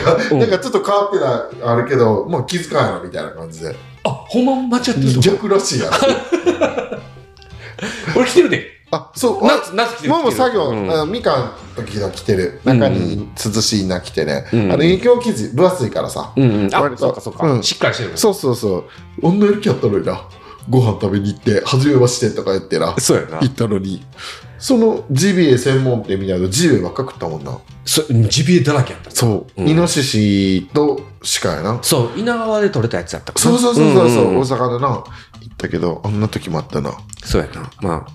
A: か、
C: うん
A: なんかちょっと変わってないあるけどもう気遣いなみたいな感じで
C: あ、ほんま間違ってるとこ
A: 逆らしいやん
C: 俺来てるで。
A: あそうあ
C: 夏、夏来てる。
A: もうもう作業、
C: うん
A: あのみかんの時が来てる中に涼しいな来てね、
C: うん
A: あの影響生地分厚いからさ、
C: うんうん。あ
A: 割、と
C: そっかそっ
A: う
C: か。
A: ん
C: しっかりしてる。
A: そうそうそう。女やる気あったのにな。ご飯食べに行って、初めましてとか言ってな。
C: そうやな
A: 行ったのに。そのジビエ専門店みたいなのジビエばっか食ったもんな。
C: そジビエだらけやった。
A: そう。
C: うん
A: イノシシと鹿やな。
C: そう、稲川で取れたやつやったから
A: そうそうそうそう。そう
C: うんうんうん
A: 大阪でな。行ったけど、あんな時もあったな。
C: そうやな。まあ、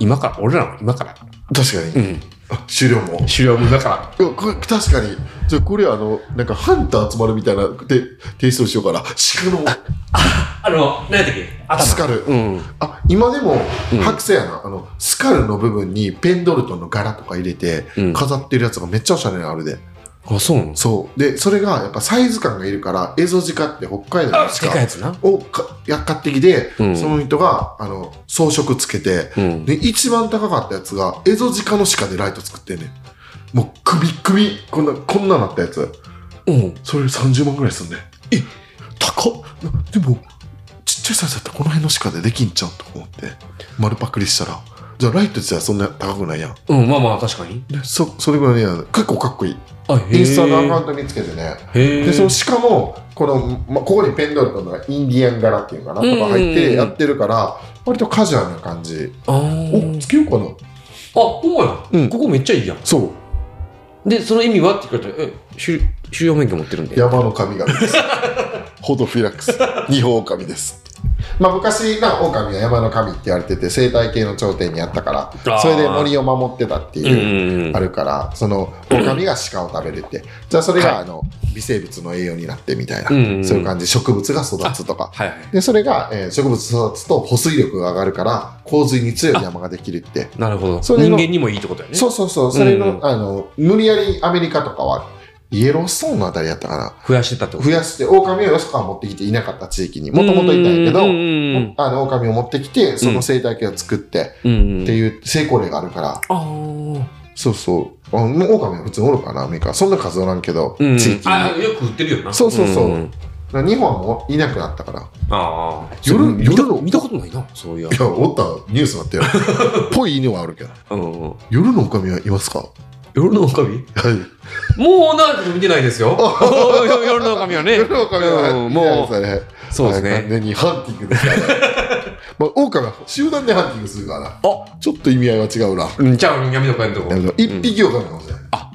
C: 今から、俺らも今から。
A: 確かに。
C: うん。
A: あ終了も。
C: 狩猟も今から。
A: いやこれ確かに。じゃあこれあの、なんかハンター集まるみたいな、で、提出をしようかな。鹿の
C: あの、何やったっけ
A: スカル。
C: うん。
A: あ今でも
C: うん
A: 白製やな、あのスカルの部分にペンドルトンの柄とか入れて
C: うん
A: 飾ってるやつがめっちゃおしゃれなのあれで、
C: あ、そうなの
A: そうでそれがやっぱサイズ感がいるから映像時間って北海道の
C: でかいや
A: 鹿
C: つな。
A: をかや買ってきて、
C: うん
A: その人があの装飾つけて
C: うん。
A: で一番高かったやつが映像時間の鹿でライト作ってんねんもう首首こんなこんななったやつ
C: うん。
A: それ30万ぐらいすんねんえ高っなでもちっちゃいサイズだったらこの辺のしかでできんじゃんと思って丸パクリしたらじゃあライト自体はそんな高くないやん
C: うん、まあまあ、確かに。
A: でそそれぐらいやん結構かっこいい
C: あ、へ
A: インスタのア
C: が
A: カウント見つけてね
C: へえ。
A: でそのしかもこの、ま、ここにペンドルトンのインディアン柄っていうかなとか入っ
C: うんうんう
A: て
C: ん
A: やってるから割とカジュアルな感じ
C: あ
A: お
C: ー
A: つけようかな
C: あ、ほんま
A: う
C: や。
A: ん
C: ここめっちゃいいやん。
A: そう
C: で、その意味はって聞かれたら、え、狩狩猟免許持ってるんで。
A: 山の神々 ですホドフィラックス日本狼ですまあ昔な狼は山の神って言われてて生態系の頂点にあったから
C: ー
A: それで森を守ってたって
C: うんう
A: いう、
C: んうん
A: あ。るからその狼が鹿を食べるってじゃあそれが、
C: は
A: あの微生物の栄養になってみたいな、
C: うんうん
A: そういう感じ植物が育つとか
C: はいはい。
A: でそれが、えー植物育つと保水力が上がるから洪水に強い山ができるって
C: なるほど。
A: そ
C: 人
A: れの
C: 間にもいいってことやね。
A: そうそうそうそれの,、
C: うん
A: あの無理やりアメリカとかはイエローストーンのあたりやったかな
C: 増やしてたってこと
A: 増やして狼をよそから持ってきていなかった地域にもともといたんやけど、
C: うんうん
A: あの狼を持ってきてその生態系を作って
C: うんうん。
A: っていう成功例があるから、
C: あー
A: そうそうあもう狼は普通おるからなアメリカそんな数おらんけど、
C: うん
A: 地域
C: あ
A: に
C: よく売ってるよな。
A: そうそうそう、
C: んん
A: だから日本はもういなくなったから
C: ああ。
A: 夜
C: そう見た
A: 夜の
C: 見たことないな、そういや
A: い。やおったニュース なってよぽい犬はあるけど
C: うん。
A: 夜の狼はいますかは
C: 夜の狼
A: い
C: もう長く見てないですよ。夜の狼はね。
A: 夜の狼は
C: うん
A: いないで
C: も
A: すよね
C: う、そうです
A: はい完
C: ね。
A: 全にハンティングですから まあ狼は集団でハンティングするからな
C: あ
A: ちょっと意味合いは違うな
C: うんじゃあ、闇の声のとこ
A: な。るほど一匹狼かもしれない。
C: あ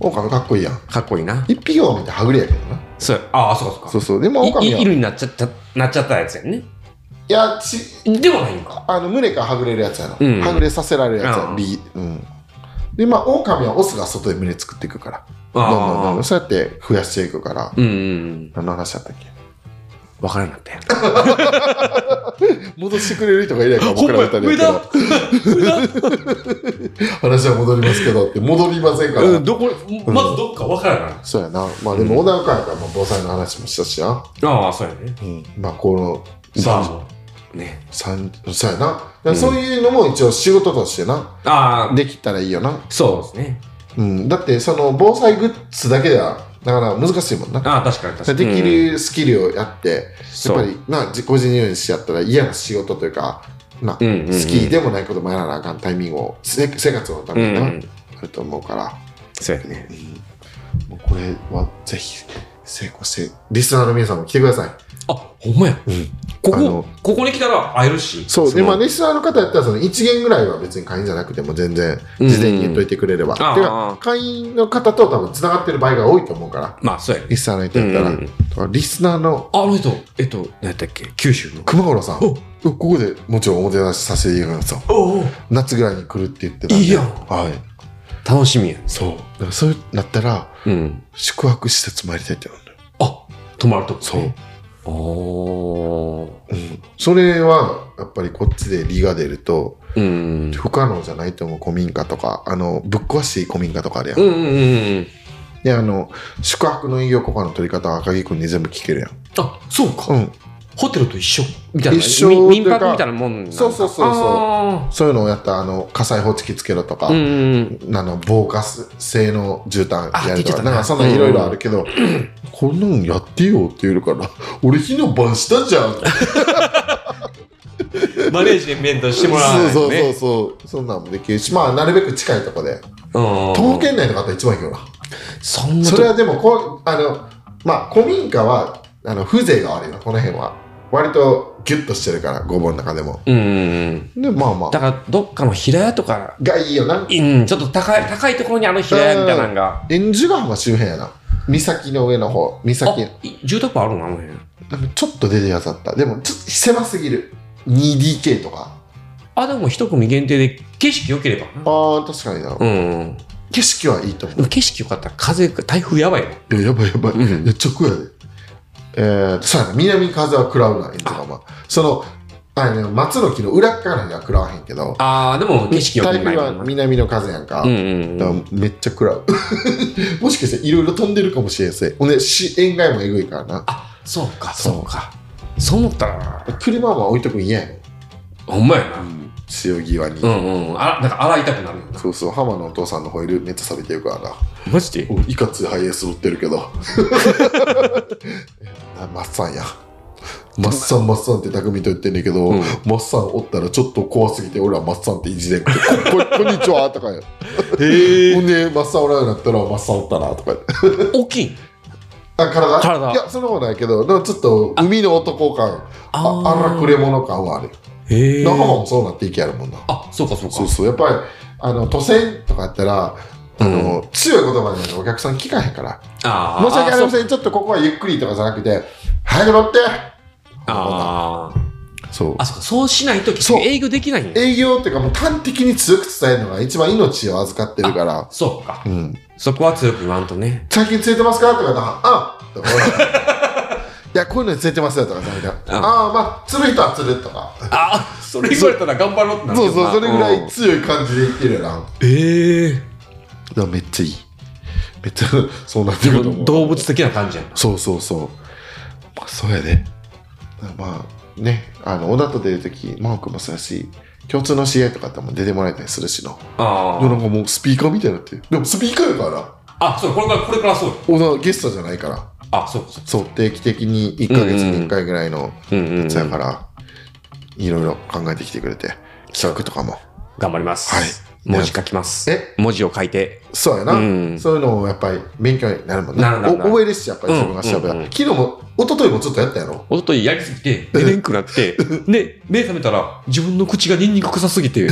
A: 狼かっこいいやん。
C: かっこいいな。
A: 一匹狼ってはぐれやけどな。
C: そう。ああ、そうかそ
A: そううそう。でも
C: か。い
A: 狼は。い
C: い犬になっちゃった、なっちゃったやつやんね。
A: や、ち、
C: でもないんか。
A: あの、胸からはぐれるやつやな。
C: うん
A: はぐれさせられるやつ
C: う
A: や
C: ん。
A: ビうん。で、まあ、狼はオスが外で胸作っていくから。どんどんどんどん。そうやって増やしていくから。
C: うんうん。
A: 何の話だったっけ
C: わからんなったやん。
A: 戻してくれる人がいないから僕らみたいな
C: 上
A: や
C: だ
A: けど話は戻りますけどって戻りませんから、
C: うん、どこ、まずどっかわからんな。
A: そうやなまあでも小田岡やからまあ防災の話もしたしな、
C: ああ、そうやね。
A: うん、まあこの
C: さあ、もうね。
A: 三そうやなだからそういうのも一応仕事としてな、
C: ああ、
A: できたらいいよな、
C: そうですね。
A: うん、だってその防災グッズだけではなかなか難しいもんな
C: ああ、確かに確かに。
A: できるスキルをやって、や
C: そ
A: っ
C: う
A: ぱりな自己自由にしちゃったら嫌な仕事というか、まあ
C: うんうんうん
A: スキーでもないこともやらなあかんタイミングをせ生活のためにな、
C: うんうん
A: あると思うから、
C: そうやね。
A: うんもうこれはぜひ成功して、リスナーの皆さんも来てください。
C: あ、ほんまや。
A: うん
C: こ
A: あの
C: こ、ここに来たら会えるし。
A: そう、で、
C: の
A: まあ、リスナーの方やったら、その1元ぐらいは別に会員じゃなくても全然、
C: うん
A: 事前に言っといてくれれば。
C: ああ
A: てか、会員の方と多分繋がってる場合が多いと思うから、
C: まあ、そうやね。
A: リスナーの人やったら、
C: うんうん
A: だからリスナーの
C: あの人、えっと、何やったっけ九州の。
A: 熊五郎さん、
C: お
A: ここでもちろんおもてなしさせていただきますよ。
C: おお
A: 夏ぐらいに来るって言ってたんで。
C: いいやん
A: はい。
C: 楽しみや。
A: そう。だからそうなったら、
C: うん。
A: 宿泊施設参りたいってなるんだよ。
C: あ、泊まるとこ。
A: そう。。
C: おー。
A: うん。それは、やっぱりこっちで利が出ると、
C: うん。
A: 不可能じゃないと思う古民家とか、あの、ぶっ壊していい古民家とかあるやん
C: うんうんうんうん。
A: であの宿泊の営業許可の取り方は赤木君に全部聞けるやん、
C: あ、そうか。
A: うん、
C: ホテルと一緒みたいな。
A: 一緒
C: み民
A: というか
C: 泊みたいなもんなんだ
A: そうそうそうそう
C: あ
A: そういうのをやったらあの火災報知器つけろとか、
C: ーうんうん。
A: あの防火性の絨毯やると
C: あ聞いてた
A: か
C: な
A: なんかそんないろいろあるけど、こんなのやってよって言うから 俺火の晩したじゃん
C: マネージメントしてもらわない
A: そうそ
C: と
A: う
C: ね。
A: そうそうそんなんもできるしまあなるべく近いとこで
C: うん
A: 東京内とかあったら一番いいよな
C: そんな
A: そ
C: と
A: れはでもこうあのまあ古民家はあの風情が悪いなこの辺は割とギュッとしてるからごぼうの中でも
C: うんうんうん。
A: でまあま
C: だ
A: あ
C: から、どっかの平屋とか、
A: がいいよな
C: うん、ちょっと高い、高いところにあの平屋みたいなのが。
A: 円珠ヶ浜周辺やな岬の上の方
C: あ
A: 岬、
C: い住宅もあるのあの辺。
A: なんかちょっと出てやさったでもちょっと狭すぎる 2DK とか
C: あ、でも一組限定で景色良ければ。
A: あー確かにな、
C: うん。
A: 景色はいいと思
C: でも景色良かったら風、台風やばいよ。
A: ういややばいやばい、
C: うん
A: いや直やでえー、そうやな南風は食らうな円珠ヶ浜そのあの松の木の裏っ側には食らわへんけど
C: あー、でも景色良く
A: 台
C: な
A: 風
C: いもん
A: は
C: な。
A: 南の風やんか、
C: うんうんう
A: だから
C: ん。
A: めっちゃ食らう もしかしていろいろ飛んでるかもしれんせほんでし塩害もえぐいからな
C: あ、そうか、
A: そう
C: そうか。そう思ったら、
A: 車は置いとくん嫌やん
C: ほんまやな。
A: 潮際に、
C: うんうん。あ、なんか洗いたくなるよな。
A: そうそう、浜のお父さんのホイールめっちゃ錆びてるからな。
C: マジで
A: おいかついハイエース乗ってるけど。 なマッサンや。マッサンマッサンって匠と言ってんねんけど、
C: うん
A: マッサンおったらちょっと怖すぎて俺はマッサンっていじれんくてここ こんにちはとかや。
C: へ
A: ほんで、マッサンおらんようになったらマッサンおったなとかや。
C: 大きい。
A: あ、体
C: 体
A: いや、そんなことないけど、でもちょっと海の男感、あ
C: ー
A: あらくれ者感はあるよ。
C: へえ。
A: 中もそうなっていきやるもんな。
C: あ、そうかそうか。
A: そうそう、やっぱり、あの、都心とかやったら、あの、強い言葉でお客さん聞かへんから、
C: あー
A: 申し訳ありま
C: ん。
A: せん、ちょっとここはゆっくりとかじゃなくて、早く乗って
C: あー
A: そう
C: あ、。そうか。そうしないと結
A: そう
C: 局営業できないんや。
A: 営業っていうか、もう端的に強く伝えるのが一番命を預かってるから、
C: そうか。
A: うん。
C: そこは強く言わんとね。
A: 最近ついてますかとか言ったら、あとか、ほら いや、こういうのについてますよとかじゃなくて、ああ、まあ、釣る人は釣るとか。
C: あそれ言われたら頑張ろうってなる
A: そ
C: よ
A: う
C: な
A: そう、それぐら
C: う
A: い
C: ん
A: 強い感じで言ってるよな。だか
C: ええ
A: らめっちゃいい。めっちゃ、そうなって
C: で
A: くると思
C: も
A: う。
C: 動物的な感じやな
A: そうそうそう。まあ、そうやで。まあ、ね、あの、小田と出るとき、真央君もそうやし、共通の知り合いとかっても出てもらえたりするしの。
C: あ
A: でもなんかもうスピーカーみたいになってる。でもスピーカーやから。
C: ああそうこれからこれからそうよ
A: 小田ゲストじゃないから。
C: あそうかそう
A: そう、定期的に1ヶ月に1回ぐらいの
C: うんうんう
A: や
C: ん
A: つやから、いろいろ考えてきてくれて、企画とかも。
C: 頑張ります
A: はい
C: 文字書きます
A: え
C: 文字を書いて
A: そうやな、
C: うん
A: そういうのもやっぱり勉強になるもん
C: なるなるなる
A: お覚えるし、やっぱり自分が調べた、
C: うんうんうん
A: 昨日も、一昨日もちょっとやったやろ。
C: おとといやりすぎて出れんくなって で目覚めたら自分の口がニンニク臭す ぎて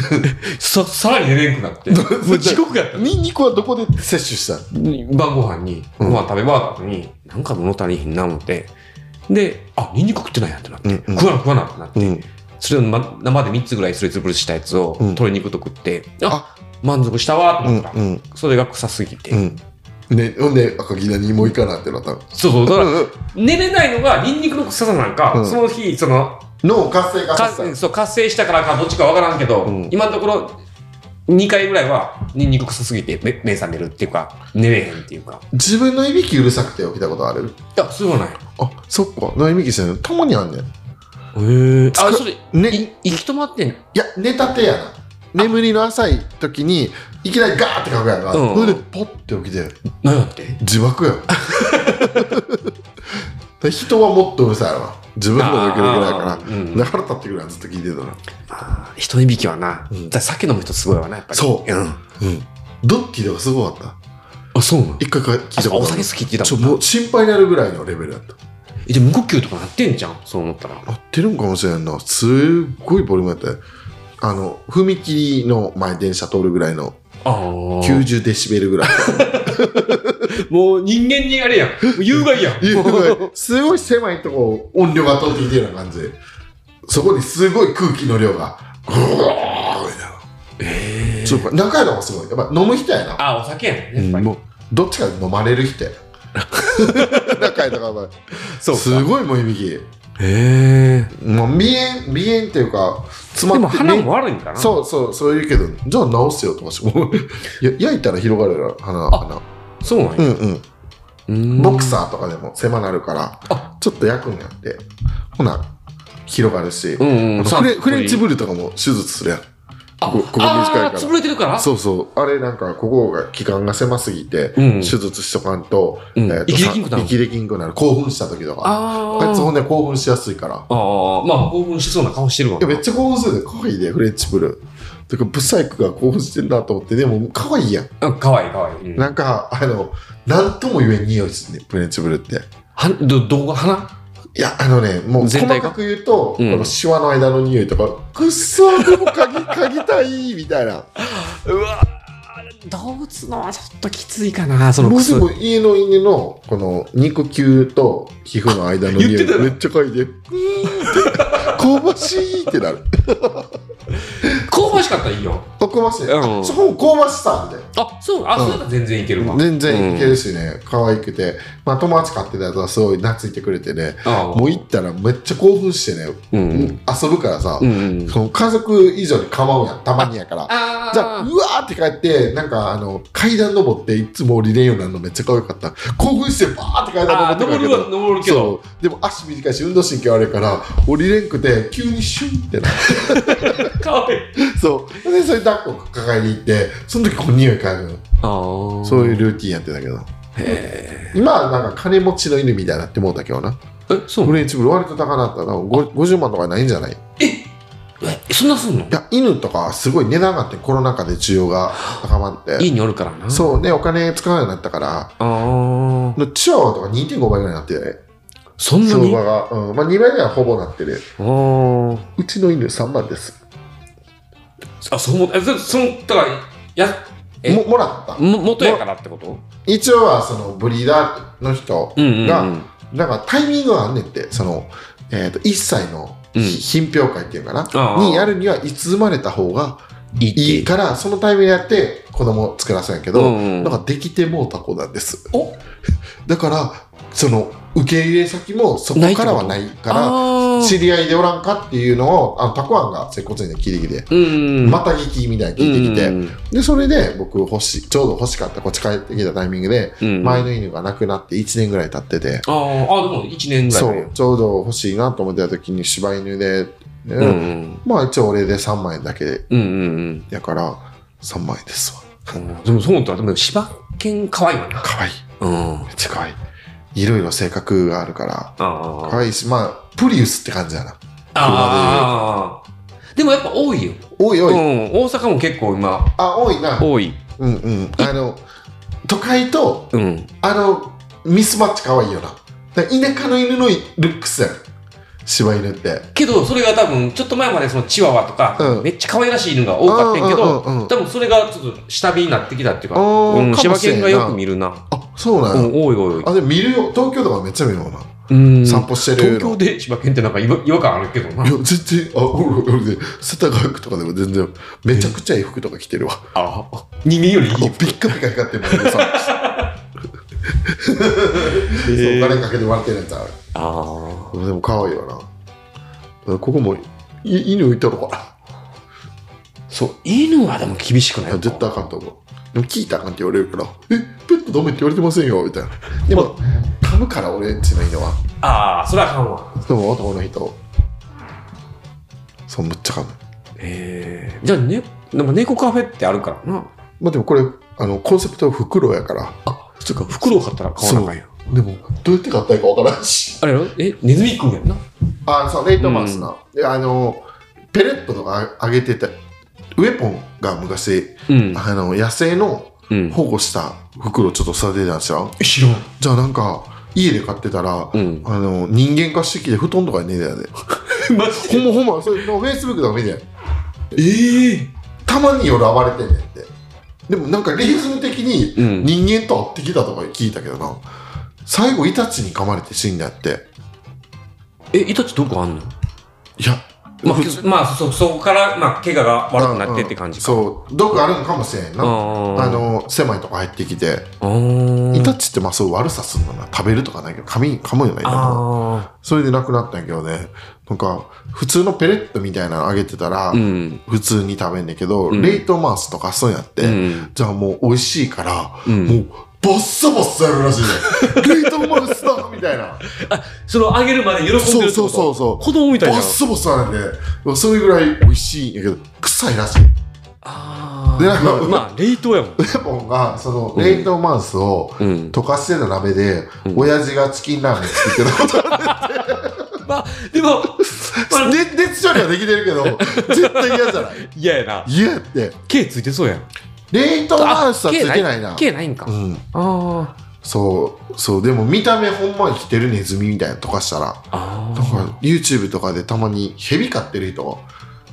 C: ささらに寝れんくなってもう地獄やった
A: ニンニクはどこで摂取した
C: 晩ご飯に
A: う
C: ご
A: ん
C: 飯食べ終わった後になんか物足りひんな思ってであニンニク食ってないやんってなって
A: うんうん
C: 食わな食わなってなって
A: うん。
C: それを、ま、生で3つぐらいすりつぶしたやつを
A: うん
C: 鶏肉と食って、あ満足したわと
A: うん
C: 思ったら、
A: うん
C: それが臭すぎて、
A: うん。ね、ほんで赤木何もういいかなってなったの。
C: そうそうだ
A: う
C: から
A: んうん
C: 寝れないのがニンニクの臭さなんか、
A: うん
C: その日その
A: 脳を活性化
C: か
A: させたい。
C: そう活性したからかどっちかわからんけど、
A: うん
C: 今のところ2回ぐらいはニンニク臭すぎて目目覚めるっていうか寝れへんっていうか
A: 自分のいびきうるさくて起きたことある
C: いやそうない
A: あ、そっか。のいびきしてるのたまにあんねん。
C: へえあそれ
A: ね、い
C: い行き止まってんの
A: や、寝たてやな。眠りの浅い時に、いきなりガーって書くやんか。
C: うん
A: それでポッて起きて、
C: 何やって
A: 自爆 やん。で人はもっとうるさいやろな。自分の抜けるぐらいや
C: あ
A: か
C: ー
A: ら。
C: うん
A: だから立ってくるやんずっと聞いてたな。
C: あー人いびきはな、だから酒飲む人すごいわなやっぱり
A: そう
C: うん
A: うん。ドッキーとかすごかった。
C: あ、そうなの
A: 一回か聞い
C: あ
A: た
C: そう
A: こ
C: お
A: とあ
C: 酒
A: る
C: 好きって言
A: ち
C: ってた
A: ょ
C: もん
A: もう心配になるぐらいのレベルだった
C: えじゃあ無呼吸とかなってんじゃんそう思ったら。
A: 合ってるんかもしれんなすっごいボリュームだったよあの踏切の前電車通るぐらいの
C: ああ。
A: 90デシベルぐらい
C: もう人間にあれやん。もう有害や ん。
A: いうぐらいすごい狭いとこ音量が通ってきてるような感じでそこにすごい空気の量がゴーみたいな
C: え
A: ちょっと仲良いのもすごいやっぱ飲む人やな
C: あ、お酒やね。やっぱり
A: もうどっちかで飲まれる 人や仲良いとかお前
C: そう
A: すごいもう響
C: へえ。
A: きもう鼻炎鼻炎っていうか詰
C: で
A: ま
C: も
A: って
C: 鼻も悪いんかな。
A: そうそうそう言うけどじゃあ直せよとかしてもう いや焼いたら広がるよ鼻鼻
C: う。そうなん
A: うん
C: や。
A: うん
C: うん
A: ボクサーとかでも狭なるから
C: あ
A: ちょっと焼くんやってほな広がるし、
C: うんうん。
A: フレフレンチ
C: ブ
A: ブルとかも手術するやん
C: あ、
A: こここ短いから
C: あー潰れてるから
A: そうそうあれなんかここが期間が狭すぎて、
C: うん
A: 手術しとかんと,、
C: うん
A: と
C: 息できんくなる
A: さ息できんくなる興奮した時とか
C: あ
A: あいつ
C: ー
A: ほんで興奮しやすいから
C: あー。まあ、興奮しそうな顔してるわ
A: いや。めっちゃ興奮するで可愛いでフレンチブルとかブサイクが興奮してんなと思ってでも可愛いやん
C: うんかわいいかわいい。うん
A: なんか、あの、なんとも言えん匂いですね、フレンチブルって。
C: はど、どこが鼻
A: いや、あのね、もう細
C: 全体が
A: かく言うと、
C: うん
A: このシワの間の匂いとか、くっそー、でも嗅ぎ、嗅ぎたい、みたいな。
C: うわ動物のはちょっときついかな、その
A: もう
C: 靴
A: で。も家の犬の、この肉球と皮膚の間の匂
C: 言って
A: い、
C: た
A: めっちゃ嗅いで、うーんって、香ばしいってなる。
C: 香ばしかったらいいよ。
A: あ香ばしい。
C: うん
A: そこも香ばしさ、みたいな。
C: あ、そう、あ、
A: うん
C: そうだったら全然いけるわ。
A: 全然いけるしね、可愛くて。まあ友達飼ってたやつはすごい懐いてくれてね、
C: あー
A: もう行ったらめっちゃ興奮してね、
C: うんうん
A: 遊ぶからさ、
C: うんうん
A: その家族以上に構うやんたまにやから
C: あ
A: じゃあうわーって帰ってなんかあの階段登っていつも降りれんようになるのめっちゃ可愛かった興奮してバーって階段
C: あー
A: 登って
C: 登る
A: くる
C: は登る
A: け
C: けど
A: どそうでも足短いし運動神経悪いから降りれんくて急にシュンってな
C: かわいい
A: そうでそれ抱っこ抱えに行ってその時こう匂い嗅ぐの
C: あ
A: そういうルーティンやってたけど今はなんか金持ちの犬みたいになってもうたけどな
C: えそ
A: フ
C: う
A: レンチブル割と高なったなご50万とかないんじゃない
C: えそんなすんの
A: いや犬とかはすごい値段上がってコロナ禍で需要が高まって
C: 家におるからなう
A: そうねお金使うようになったから
C: ああ
A: チワワとか2.5倍ぐらいになってるね
C: そんな
A: 相
C: にあ
A: 場が、うんまあ、2倍ぐらいはほぼなってる
C: ー
A: うちの犬3万です
C: あそう思うえそそのだからやえ
A: ももらった
C: も元やからってこと
A: 一応はそのブリーダーの人
C: うんうんうん
A: がなんかタイミングがあんねんってその、えー、と1歳の
C: うん
A: ひ品評会っていうかな、
C: あー
A: にやるにはいつ生まれた方が
C: いいって
A: いいからそのタイミングでやって子供を作らせるんやけど、
C: うんうん
A: なんかできてもうた子なんです
C: お
A: だからその受け入れ先もそこからはないか
C: あ
A: ら
C: ー
A: 知り合いでおらんかっていうのをあのたこあんが接骨院で聞いてきて、
C: うん
A: また聞きみたいなの聞いてきて、でそれで僕欲しちょうど欲しかったこっち帰ってきたタイミングで、
C: て
A: 前の犬が亡くなって1年ぐらい経ってて、
C: あーあでも一年ぐらい
A: そ
C: 前
A: うちょうど欲しいなと思ってた時に柴犬で、ね
C: うんうん
A: まあ一応お礼で3万円だけ
C: うんうん
A: やから3万円ですわ
C: うんでもそう思ったらでも柴犬可愛いわな
A: 可愛い
C: うん
A: め
C: あ
A: っちゃ可愛いいろいろ性格があるから
C: あ
A: 可愛いしまあプリウスって感じやな
C: ああでもやっぱ多いよ、
A: おいお
C: う
A: い、
C: ん、大阪も結構今
A: あ多いな
C: 多い
A: うんうんあの都会と
C: うん
A: あのミスマッチ可愛いよなだから田舎の犬のルックスやん柴犬って
C: けどそれが多分ちょっと前までそのチワワとか、
A: うん
C: めっちゃ可愛らしい犬が多かったんやけど、
A: うんうんうんうん
C: 多分それがちょっと下火になってきたっていう
A: あ
C: か、うん、
A: ーか
C: 柴
A: もしれん
C: 犬
A: な
C: がよく見るな、
A: あそう
C: う
A: なんや
C: ん、多い多い
A: あでも見るよ東京とかめっちゃ見るもんな、
C: うん
A: 散歩してる
C: 東京で柴犬ってなんか違和違和感あるけどない
A: や全然あ俺俺ね世田谷区とかでも全然めちゃくちゃいい服とか着てるわ
C: あ人間よりいい
A: もうピッカピカ光ってるもんね さそうお金かけて笑ってるやつある
C: あ
A: でも可愛いよなここもい犬いたのか
C: ーそう犬はでも厳しくな
A: ないいや絶対あかんと思うでも聞いたらあかんって言われるから「えペットダメって言われてませんよ」みたいなでも噛むから俺んちの犬は
C: ああそれはあかんわ
A: でも男の人そうむっちゃ噛む
C: えー、じゃあ、ね、でも猫カフェってあるからな
A: まあでもこれあのコンセプトは袋やから
C: あそっか袋を買ったら買わなあかんや
A: でもどうやって買ったらいいかわからんし
C: あれやろえネズミくんやんな
A: あそうレイトマスな、であのペレットとかあげてたウェポンが昔、
C: うん
A: あの野生の
C: うん。
A: 保護した袋ちょっと育ててたんですよ
C: 知らん。
A: じゃあなんか家で飼ってたら、
C: うん
A: あの人間化してきて布団とかに寝てたんで
C: マジ
A: ほんまほんまそれフェイスブックとか見てん
C: ええ
A: たまに夜暴れてんねんってでもなんかリズム的に
C: うん
A: 人間と会ってきたとか聞いたけどな、最後イタチに噛まれて死んだって
C: え、イタチどこあんの
A: いや
C: まあ
A: 普
C: け
A: 通
C: ど、まあ、そ、そこから、まあ、怪我が悪くなってって感じか。
A: うんそう毒あるのかもしれんな
C: あ
A: あ
C: あの、
A: の狭いとこ入ってきて、
C: あー
A: イタチってまあそう悪さするのな食べるとかないけど噛み噛むよね
C: あ
A: それでなくなったんやけどねなんか普通のペレットみたいなのあげてたら、
C: ー。うん。
A: 普通に食べんねんけど、
C: うん
A: 冷凍マウスとかそうやって、
C: うん。
A: じゃあもう美味しいから、
C: うん
A: もうボッサボッサやるらし いね冷凍マウスだみたいな
C: その、あげるまで喜んでるってこと
A: そうそうそうそう
C: 子供みた
A: ボ
C: いな
A: ッ。サボッサなんでそれぐらい美味しいんやけど臭いらしい
C: ああ。
A: でなんか
C: まあまあ、冷凍やもん。
A: レモンがその
C: うん
A: 冷凍マウスを
C: うん。
A: 溶かしてた鍋で、
C: うん
A: 親父がチキンラーメン作ってたこと
C: まあ、でも、 まあ、
A: 熱熱処理はできてるけ ど絶対嫌じゃない
C: 嫌やな。
A: 嫌やって
C: 毛ついてそうやん。
A: 冷凍マウスはついてないな
C: 毛ないんか
A: う。ん
C: あ
A: そうそうでも見た目ほんまに着てるネズミみたいなのとかしたら
C: あ。あ
A: なんか YouTube とかでたまにヘビ飼ってる人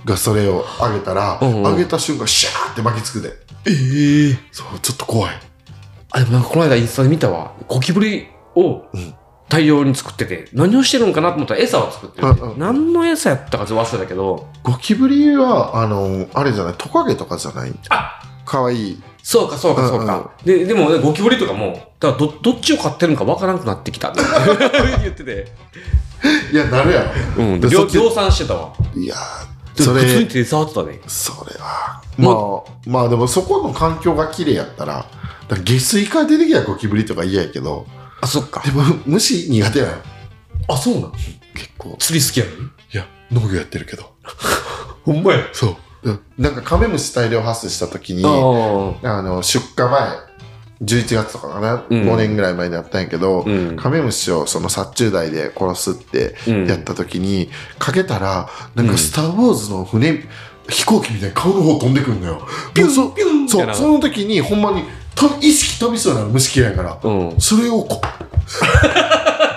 A: がそれをあげたら
C: うんうん
A: あげた瞬間シャーって巻きつくで
C: ええ
A: そうちょっと怖い
C: あ、でもなんかこの間インスタで見たわ。ゴキブリを
A: うん
C: 大量に作ってて、何をしてるんかなと思ったら餌を作ってるって
A: うんうん
C: 何の餌やったかちょっと忘れたけど、
A: ゴキブリはあのあれじゃないトカゲとかじゃない
C: あ
A: かわいい
C: そうかそうかそうか。で、でもねゴキブリとかも、だからどどっちを買ってるんかわからなくなってきたって言ってて。
A: いやなるや
C: うん。
A: でそ
C: 量
A: っち
C: 量産してたわ。
A: ろいやー
C: で
A: そ
C: も普通に
A: れ
C: 手触ってたね。
A: それはまあまあでもそこの環境が綺麗やったらだから下水から出てきたゴキブリとか嫌やけど
C: あ、そっか
A: で。も虫苦手なの
C: あ、そうなの
A: 結構
C: 釣り好きやの
A: いや農業やってるけど
C: ほんまや。
A: そうなんかカメムシ大量発生した時にあ
C: あ
A: の出荷前11月とかかな、
C: うん
A: 5年ぐらい前にやったんやけど、
C: あ。うん。
A: カメムシをその殺虫剤で殺すって
C: うん
A: やった時に、かけたらなんか「スター・ウォーズ」の船、飛行機みたいに顔の方飛んでくるのよ
C: ピュン
A: もうそ
C: ピュンみたい
A: そ
C: な
A: うその時にほんまにと意識飛びそうになる虫嫌いやから
C: うん。
A: それをこ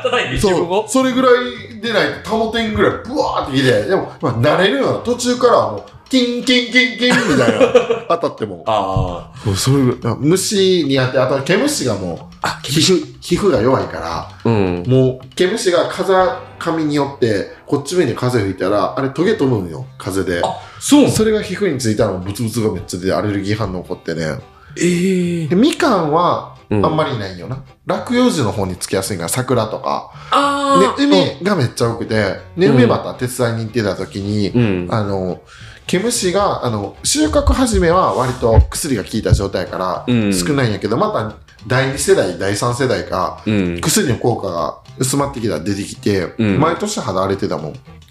C: 叩いて自分
A: そう
C: を
A: それぐらいでないと保てんぐらいブワーってきてでも、まあ、慣れるような途中からはもうキンキンキンキンみたい な当たっても
C: あ
A: もうそれぐらいあ虫に当てあと毛虫がもう
C: あ。あ、
A: 皮膚皮膚が弱いから
C: うん。
A: もう毛虫が風上によってこっち面に風吹いたらあれトゲ飛ぶのよ風で
C: あ、そうなの
A: それが皮膚についたらもうブツブツがめっちゃ出てアレルギー反応起こってね
C: ええ
A: でみかんはあ
C: あん
A: んまりいないよな、落葉樹の方につきやすいから桜とか
C: あ
A: で梅がめっちゃ多くて、で梅バタ手伝いに行ってた時に、
C: うん。
A: あの毛虫があの収穫始めは割と薬が効いた状態から
C: うん
A: 少ないんやけど、また第2世代第3世代か
C: うん。
A: 薬の効果が薄まってきたら出てきて、
C: うん
A: 毎年肌荒れてたもん
C: へ
A: 毛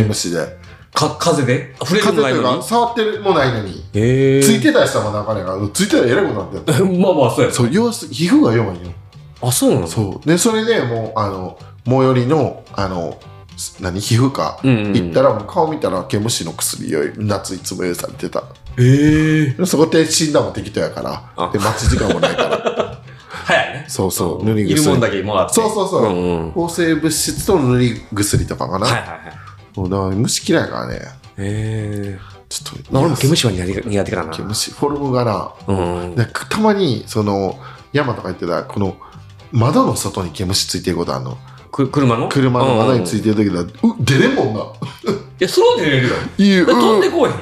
C: え。
A: 虫で、
C: か、風で触れ
A: 風と
C: るのない
A: いう
C: の
A: か
C: に
A: 触ってもないのに、
C: へえ。
A: ついてたりしたらもんかねがついてたらえらいことになってる
C: まあまあ、そうや
A: そう弱す皮膚が弱いよ
C: あ、そうなの
A: そうでそれでもうあの最寄りのあのす何皮膚科
C: うんうん。
A: 行ったらもう顔見たら毛虫の薬よ夏いつも用意されてた
C: へえ。
A: そこで死んだも適当やから
C: あ
A: で待ち時間もないから
C: 早いね。
A: そうそう塗
C: い
A: り
C: るもん
A: 薬
C: だけもらって。
A: そうそうそうう、
C: んうん。は
A: 抗生物質と塗り薬とかか
C: い
A: な、
C: はいはい。
A: もうだから虫嫌いやからね
C: へえ。
A: ちょっと
C: 俺も毛
A: いや
C: 虫は苦手苦手かな。
A: 毛虫フォルムがな
C: うん。
A: なんかたまにその山とか行ってたらこの窓の外に毛虫ついてることあるの
C: く車の
A: 車の窓につ
C: い
A: いてる時だう出れんもんな
C: いや、それは出れるよ。
A: いいう
C: 飛んで
A: い
C: こうへん。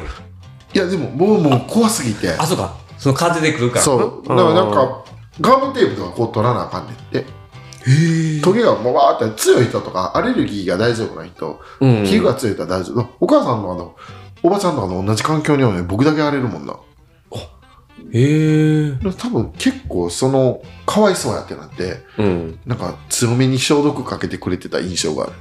A: やでももうもう怖すぎて
C: あ、そうか。その風で来るから。
A: そうだからなんかガムテープとかこう取らなあかんねんって
C: へえ。
A: トゲがもうわーって強い人とかアレルギーが大丈夫な人
C: うん。
A: 皮膚が強い人は大丈夫、お母さんのあのおばちゃんとかの同じ環境にはね僕だけ荒れるもんな
C: へえ。
A: 多分結構そのかわいそうやってなって
C: うん。
A: なんか強めに消毒かけてくれてた印象がある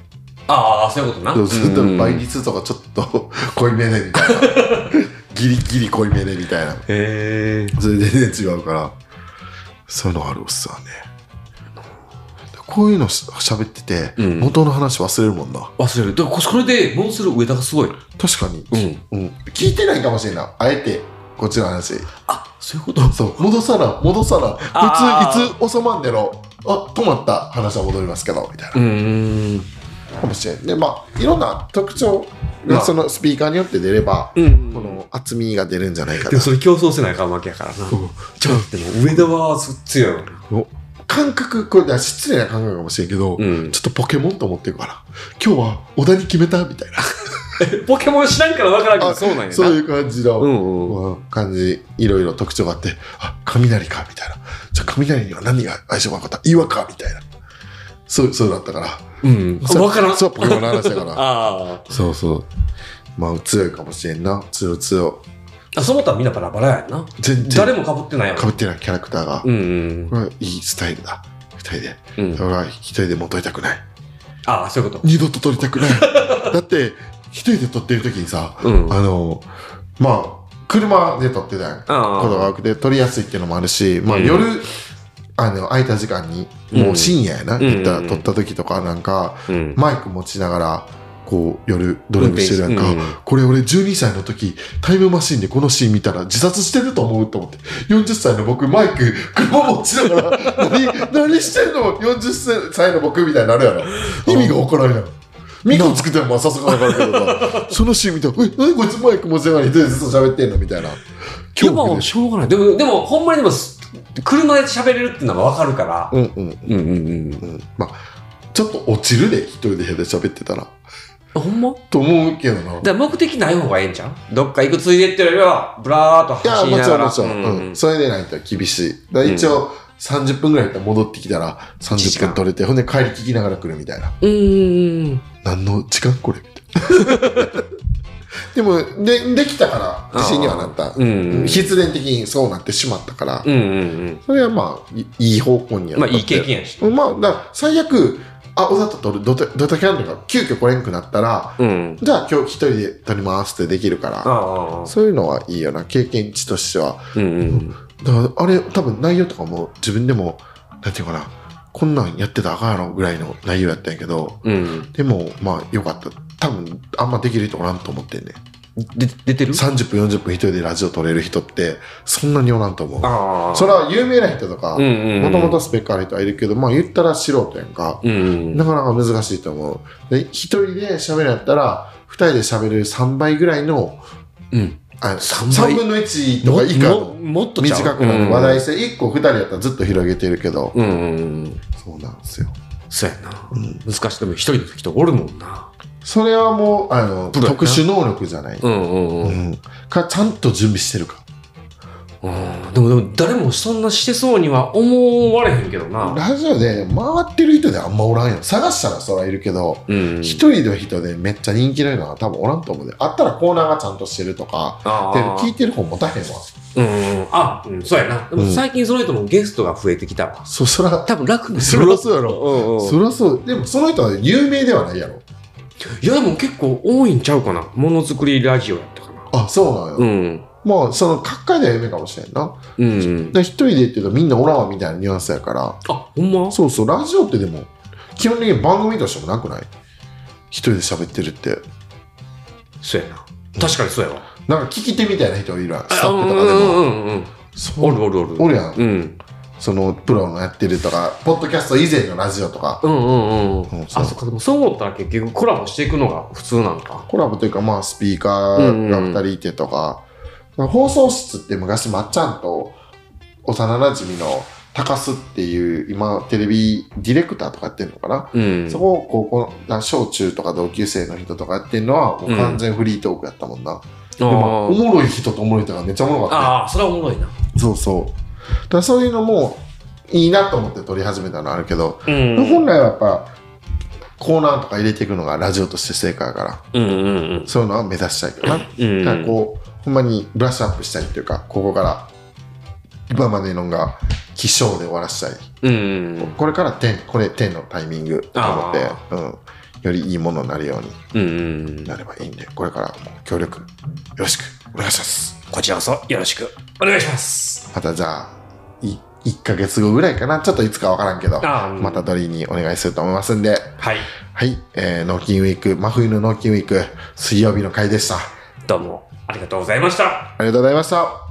C: ああ、そういうことな。
A: でもそれと
C: うん
A: 倍率とかちょっと 濃いめでみた いなギリギリ濃いめでみたいな
C: へえ。
A: それで全然違うからそういうのあるおっすわねこういうのし喋ってて、
C: うん
A: 元の話忘れるもんな
C: 忘れる。だからこそれで、モンスル上田がすごい。
A: 確かに、
C: ん。
A: うん、聞いてないかもしれんないあえてこっちの話
C: あ、
D: そういうこと
A: そう戻さな戻さな
D: あー
A: 普通いつ収まんねろあ止まった話は戻りますけどみたいな
D: うん
A: かもしれんでまあいろんな特徴が
D: まあ
A: そのスピーカーによって出れば、
D: うん
A: この厚みが出るんじゃないかな
C: でもそれ競争せないかんわけやからな。
A: ちょ
C: でも上田はそ強いよな。
A: 感覚これだ失礼な感覚かもしれんけど、
D: うん
A: ちょっとポケモンと思ってるから今日は小田に決めたみたいな
C: ポケモン知らんからわからんけど、
A: あ
C: そうなんやな。
A: そういう感じの、
C: うんうん。
A: まあ感じいろいろ特徴があってあ雷かみたいなじゃあ雷には何が相性が良かった岩かみたいなそうそうだったから
D: うん
A: そう
D: 分からん
A: そうポケモンの話だ から
C: あ
A: そうそう。まあ、強いかもしれんな。強い強
C: あ。そう思ったらみんなバラバラやんな。
A: い。全
C: 誰
A: 然
C: もかぶってないやん。
A: かぶってないキャラクターが。
C: うんうん
A: これはいいスタイルだ。二人で。
C: うん。
A: 俺は一人でもう取りたくない。
C: ああ、そういうこと。
A: 二度と取りた くない。だって、一人で取ってる時にさ、
C: うん。あ
A: あの、まあ、車で取ってたやん
C: あ。
A: ことが多くて、取りやすいっていうのもあるし、まあ、
C: うん
A: 夜、あの、空いた時間に、もう深夜やな、
C: ん
A: 言ったら
C: うん
A: 取った時とかなんか、
C: うん。
A: マイク持ちながら、こう、夜、ドライブしてるやんか。
C: 運転し
A: これ俺12歳の時、タイムマシンでこのシーン見たら自殺してると思うと思って。40歳の僕、マイク、車持ちながら、 何、何してんの ?40 歳の僕みたいになるやろ。意味が怒られない。ミコ作ってもさすがに分かるけどさ、そのシーン見たら、え、何こいつマイク持ちながら一人でずっと喋ってんのみたいな。
C: いや
A: 恐
C: ま
A: 怖
C: あ、
A: で
C: しょうがない。でも、でも、ほんまにでも、す車で喋れるっていうのがわかるから。
A: うんうん
C: うんうん
A: うん。まあ、ちょっと落ちるで、一人で部屋で喋ってたら。
C: うん。ほんま
A: と思うけどな。
C: だから目的ない方がええんじゃんどっか行くついでってよりは、ブラーっと
A: いや、
C: 走り
A: も
C: な
A: ちろ
C: が
A: ん
C: ら。
A: もちろん。
C: うんう
A: うんん。それでないと厳しい。だから一応、30分ぐらいだったら戻ってきたら、
C: 一
A: 30
C: 時間
A: 分取れて、ほんで帰り聞きながら来るみたいな。
C: うーん。
A: 何の時間これみたい な。でも、で、できたから、自信にはなった。
C: うんうん。
A: 必然的にそうなってしまったから、
C: うんうん
A: それはまあ、いいい方向に
C: う
A: はな
C: ん。まあ、
A: った
C: いい経。験やし。
A: うんまあ、だから最悪、あ、小里とドタドタキャンとか急遽来れんくなったら、
C: うん。
A: じゃあ今日一人で撮りますってできるから、
C: ああ。
A: そういうのはいいよな。経験値としては
C: うんうん。
A: だからあれ多分内容とかも自分でもなんていうかなこんなんやってたらあかんやろぐらいの内容やったんやけど
C: うん。
A: でもまあよかった多分あんまできる人おらんと思ってんね
C: で、出てる
A: 30分40分一人でラジオ撮れる人ってそんなにおらんと思う
C: ああ。
A: それは有名な人とか
C: うん
A: も
C: うん。
A: ともとスペックある人はいるけどまあ言ったら素人やんか
C: うんうん。
A: なかなか難しいと思うで一人で喋るんやったら二人で喋る3倍ぐらいの
C: うん。
A: あ
C: 三倍
A: 3分の1とか以下の
C: もっとちゃう
A: 短くなる話題性1個2人やったらずっと広げてるけど、
C: うんうんうん。
A: そうなんですよ
C: そうやな。難しい。でも一人の人おるもんな。
A: それはもうあの
C: プロやな
A: 特殊能力じゃない、
C: うんうんう。
A: うんんかちゃんと準備してるか
C: うんでもでも誰もそんなしてそうには思われへんけどな。
A: ラジオで回ってる人であんまおらんよ探したらそらいるけど
C: うん
A: 一、人の人でめっちゃ人気の人は多分おらんと思うであったらコーナーがちゃんとしてるとか
C: あ
A: で
C: あ
A: 聞いてる方持たへんわ
C: うんうん。あ、うんそうやな。でも
A: うん
C: 最近その人もゲストが増えてきたわ。
A: そそら
C: 多分楽に
A: そらそうやろ
C: うんうん
A: そらそうでもその人は有名ではないやろ
C: いやでも結構多いんちゃうかな。ものづくりラジオやったかな。
A: あそうなんや、
C: うん。
A: まあその各界では有名かもしれんな
C: うん。
A: で一人でっていうとみんなおらんわみたいなニュアンスやから
C: あ、ほんま
A: そうそう、ラジオってでも、基本的に番組としてもなくない一人で喋ってるって。
C: そうやな。確かにそうやわ。
A: なんか聞き手みたいな人いるわ、スタ
C: う
A: ッフ
C: んう
A: と
C: ん
A: かでも。
C: うんうん。
A: そ
C: お
A: う
C: るおるおる。
A: おるやん。
C: うん。
A: その、プロのやってるとか、ポッドキャスト以前のラジオとか。
C: うんうんうん。
A: うんそう
C: あ、そっか。でもそう思ったら結局コラボしていくのが普通なのか。
A: コラボというか、まあ、スピーカーが2人いてとか、放送室って昔、まっちゃんと幼なじみの高須っていう、今、テレビディレクターとかやってるのかな、
C: うん。
A: そこを高校の、小中とか同級生の人とかやってるのは、もう完全フリートークやったもんな。
C: あ
A: でもお
C: ー
A: もろい人とおもろい人がめっちゃおもろかっ
C: あー、それはおもろいな。
A: たそうそうだからそういうのもいいなと思って撮り始めたのはあるけど、
C: うん
A: 本来はやっぱコーナーとか入れていくのがラジオとして正解やから
C: うんうん
A: そういうのは目指したいかな、
C: うん。
A: だからこうほんまにブラッシュアップしたいっていうかここから今までのが起承で終わらしたい、
C: うんうん
A: これから点これ点のタイミングと思って
C: あ、
A: うん、よりいいものになるように
C: うんうん。
A: なればいいんでこれからも協力よろしくお願いします
C: こちらこそよろしくお願いします。
A: またじゃあ、い1ヶ月後ぐらいかな。ちょっといつかわからんけど、
C: あーうん
A: またドリーにお願いすると思いますんで、
C: はい。
A: はい、えー、納金ウィーク、真冬の納金ウィーク、水曜日の回でした。あ
C: どうもありがとうございました。
A: りがとうございました。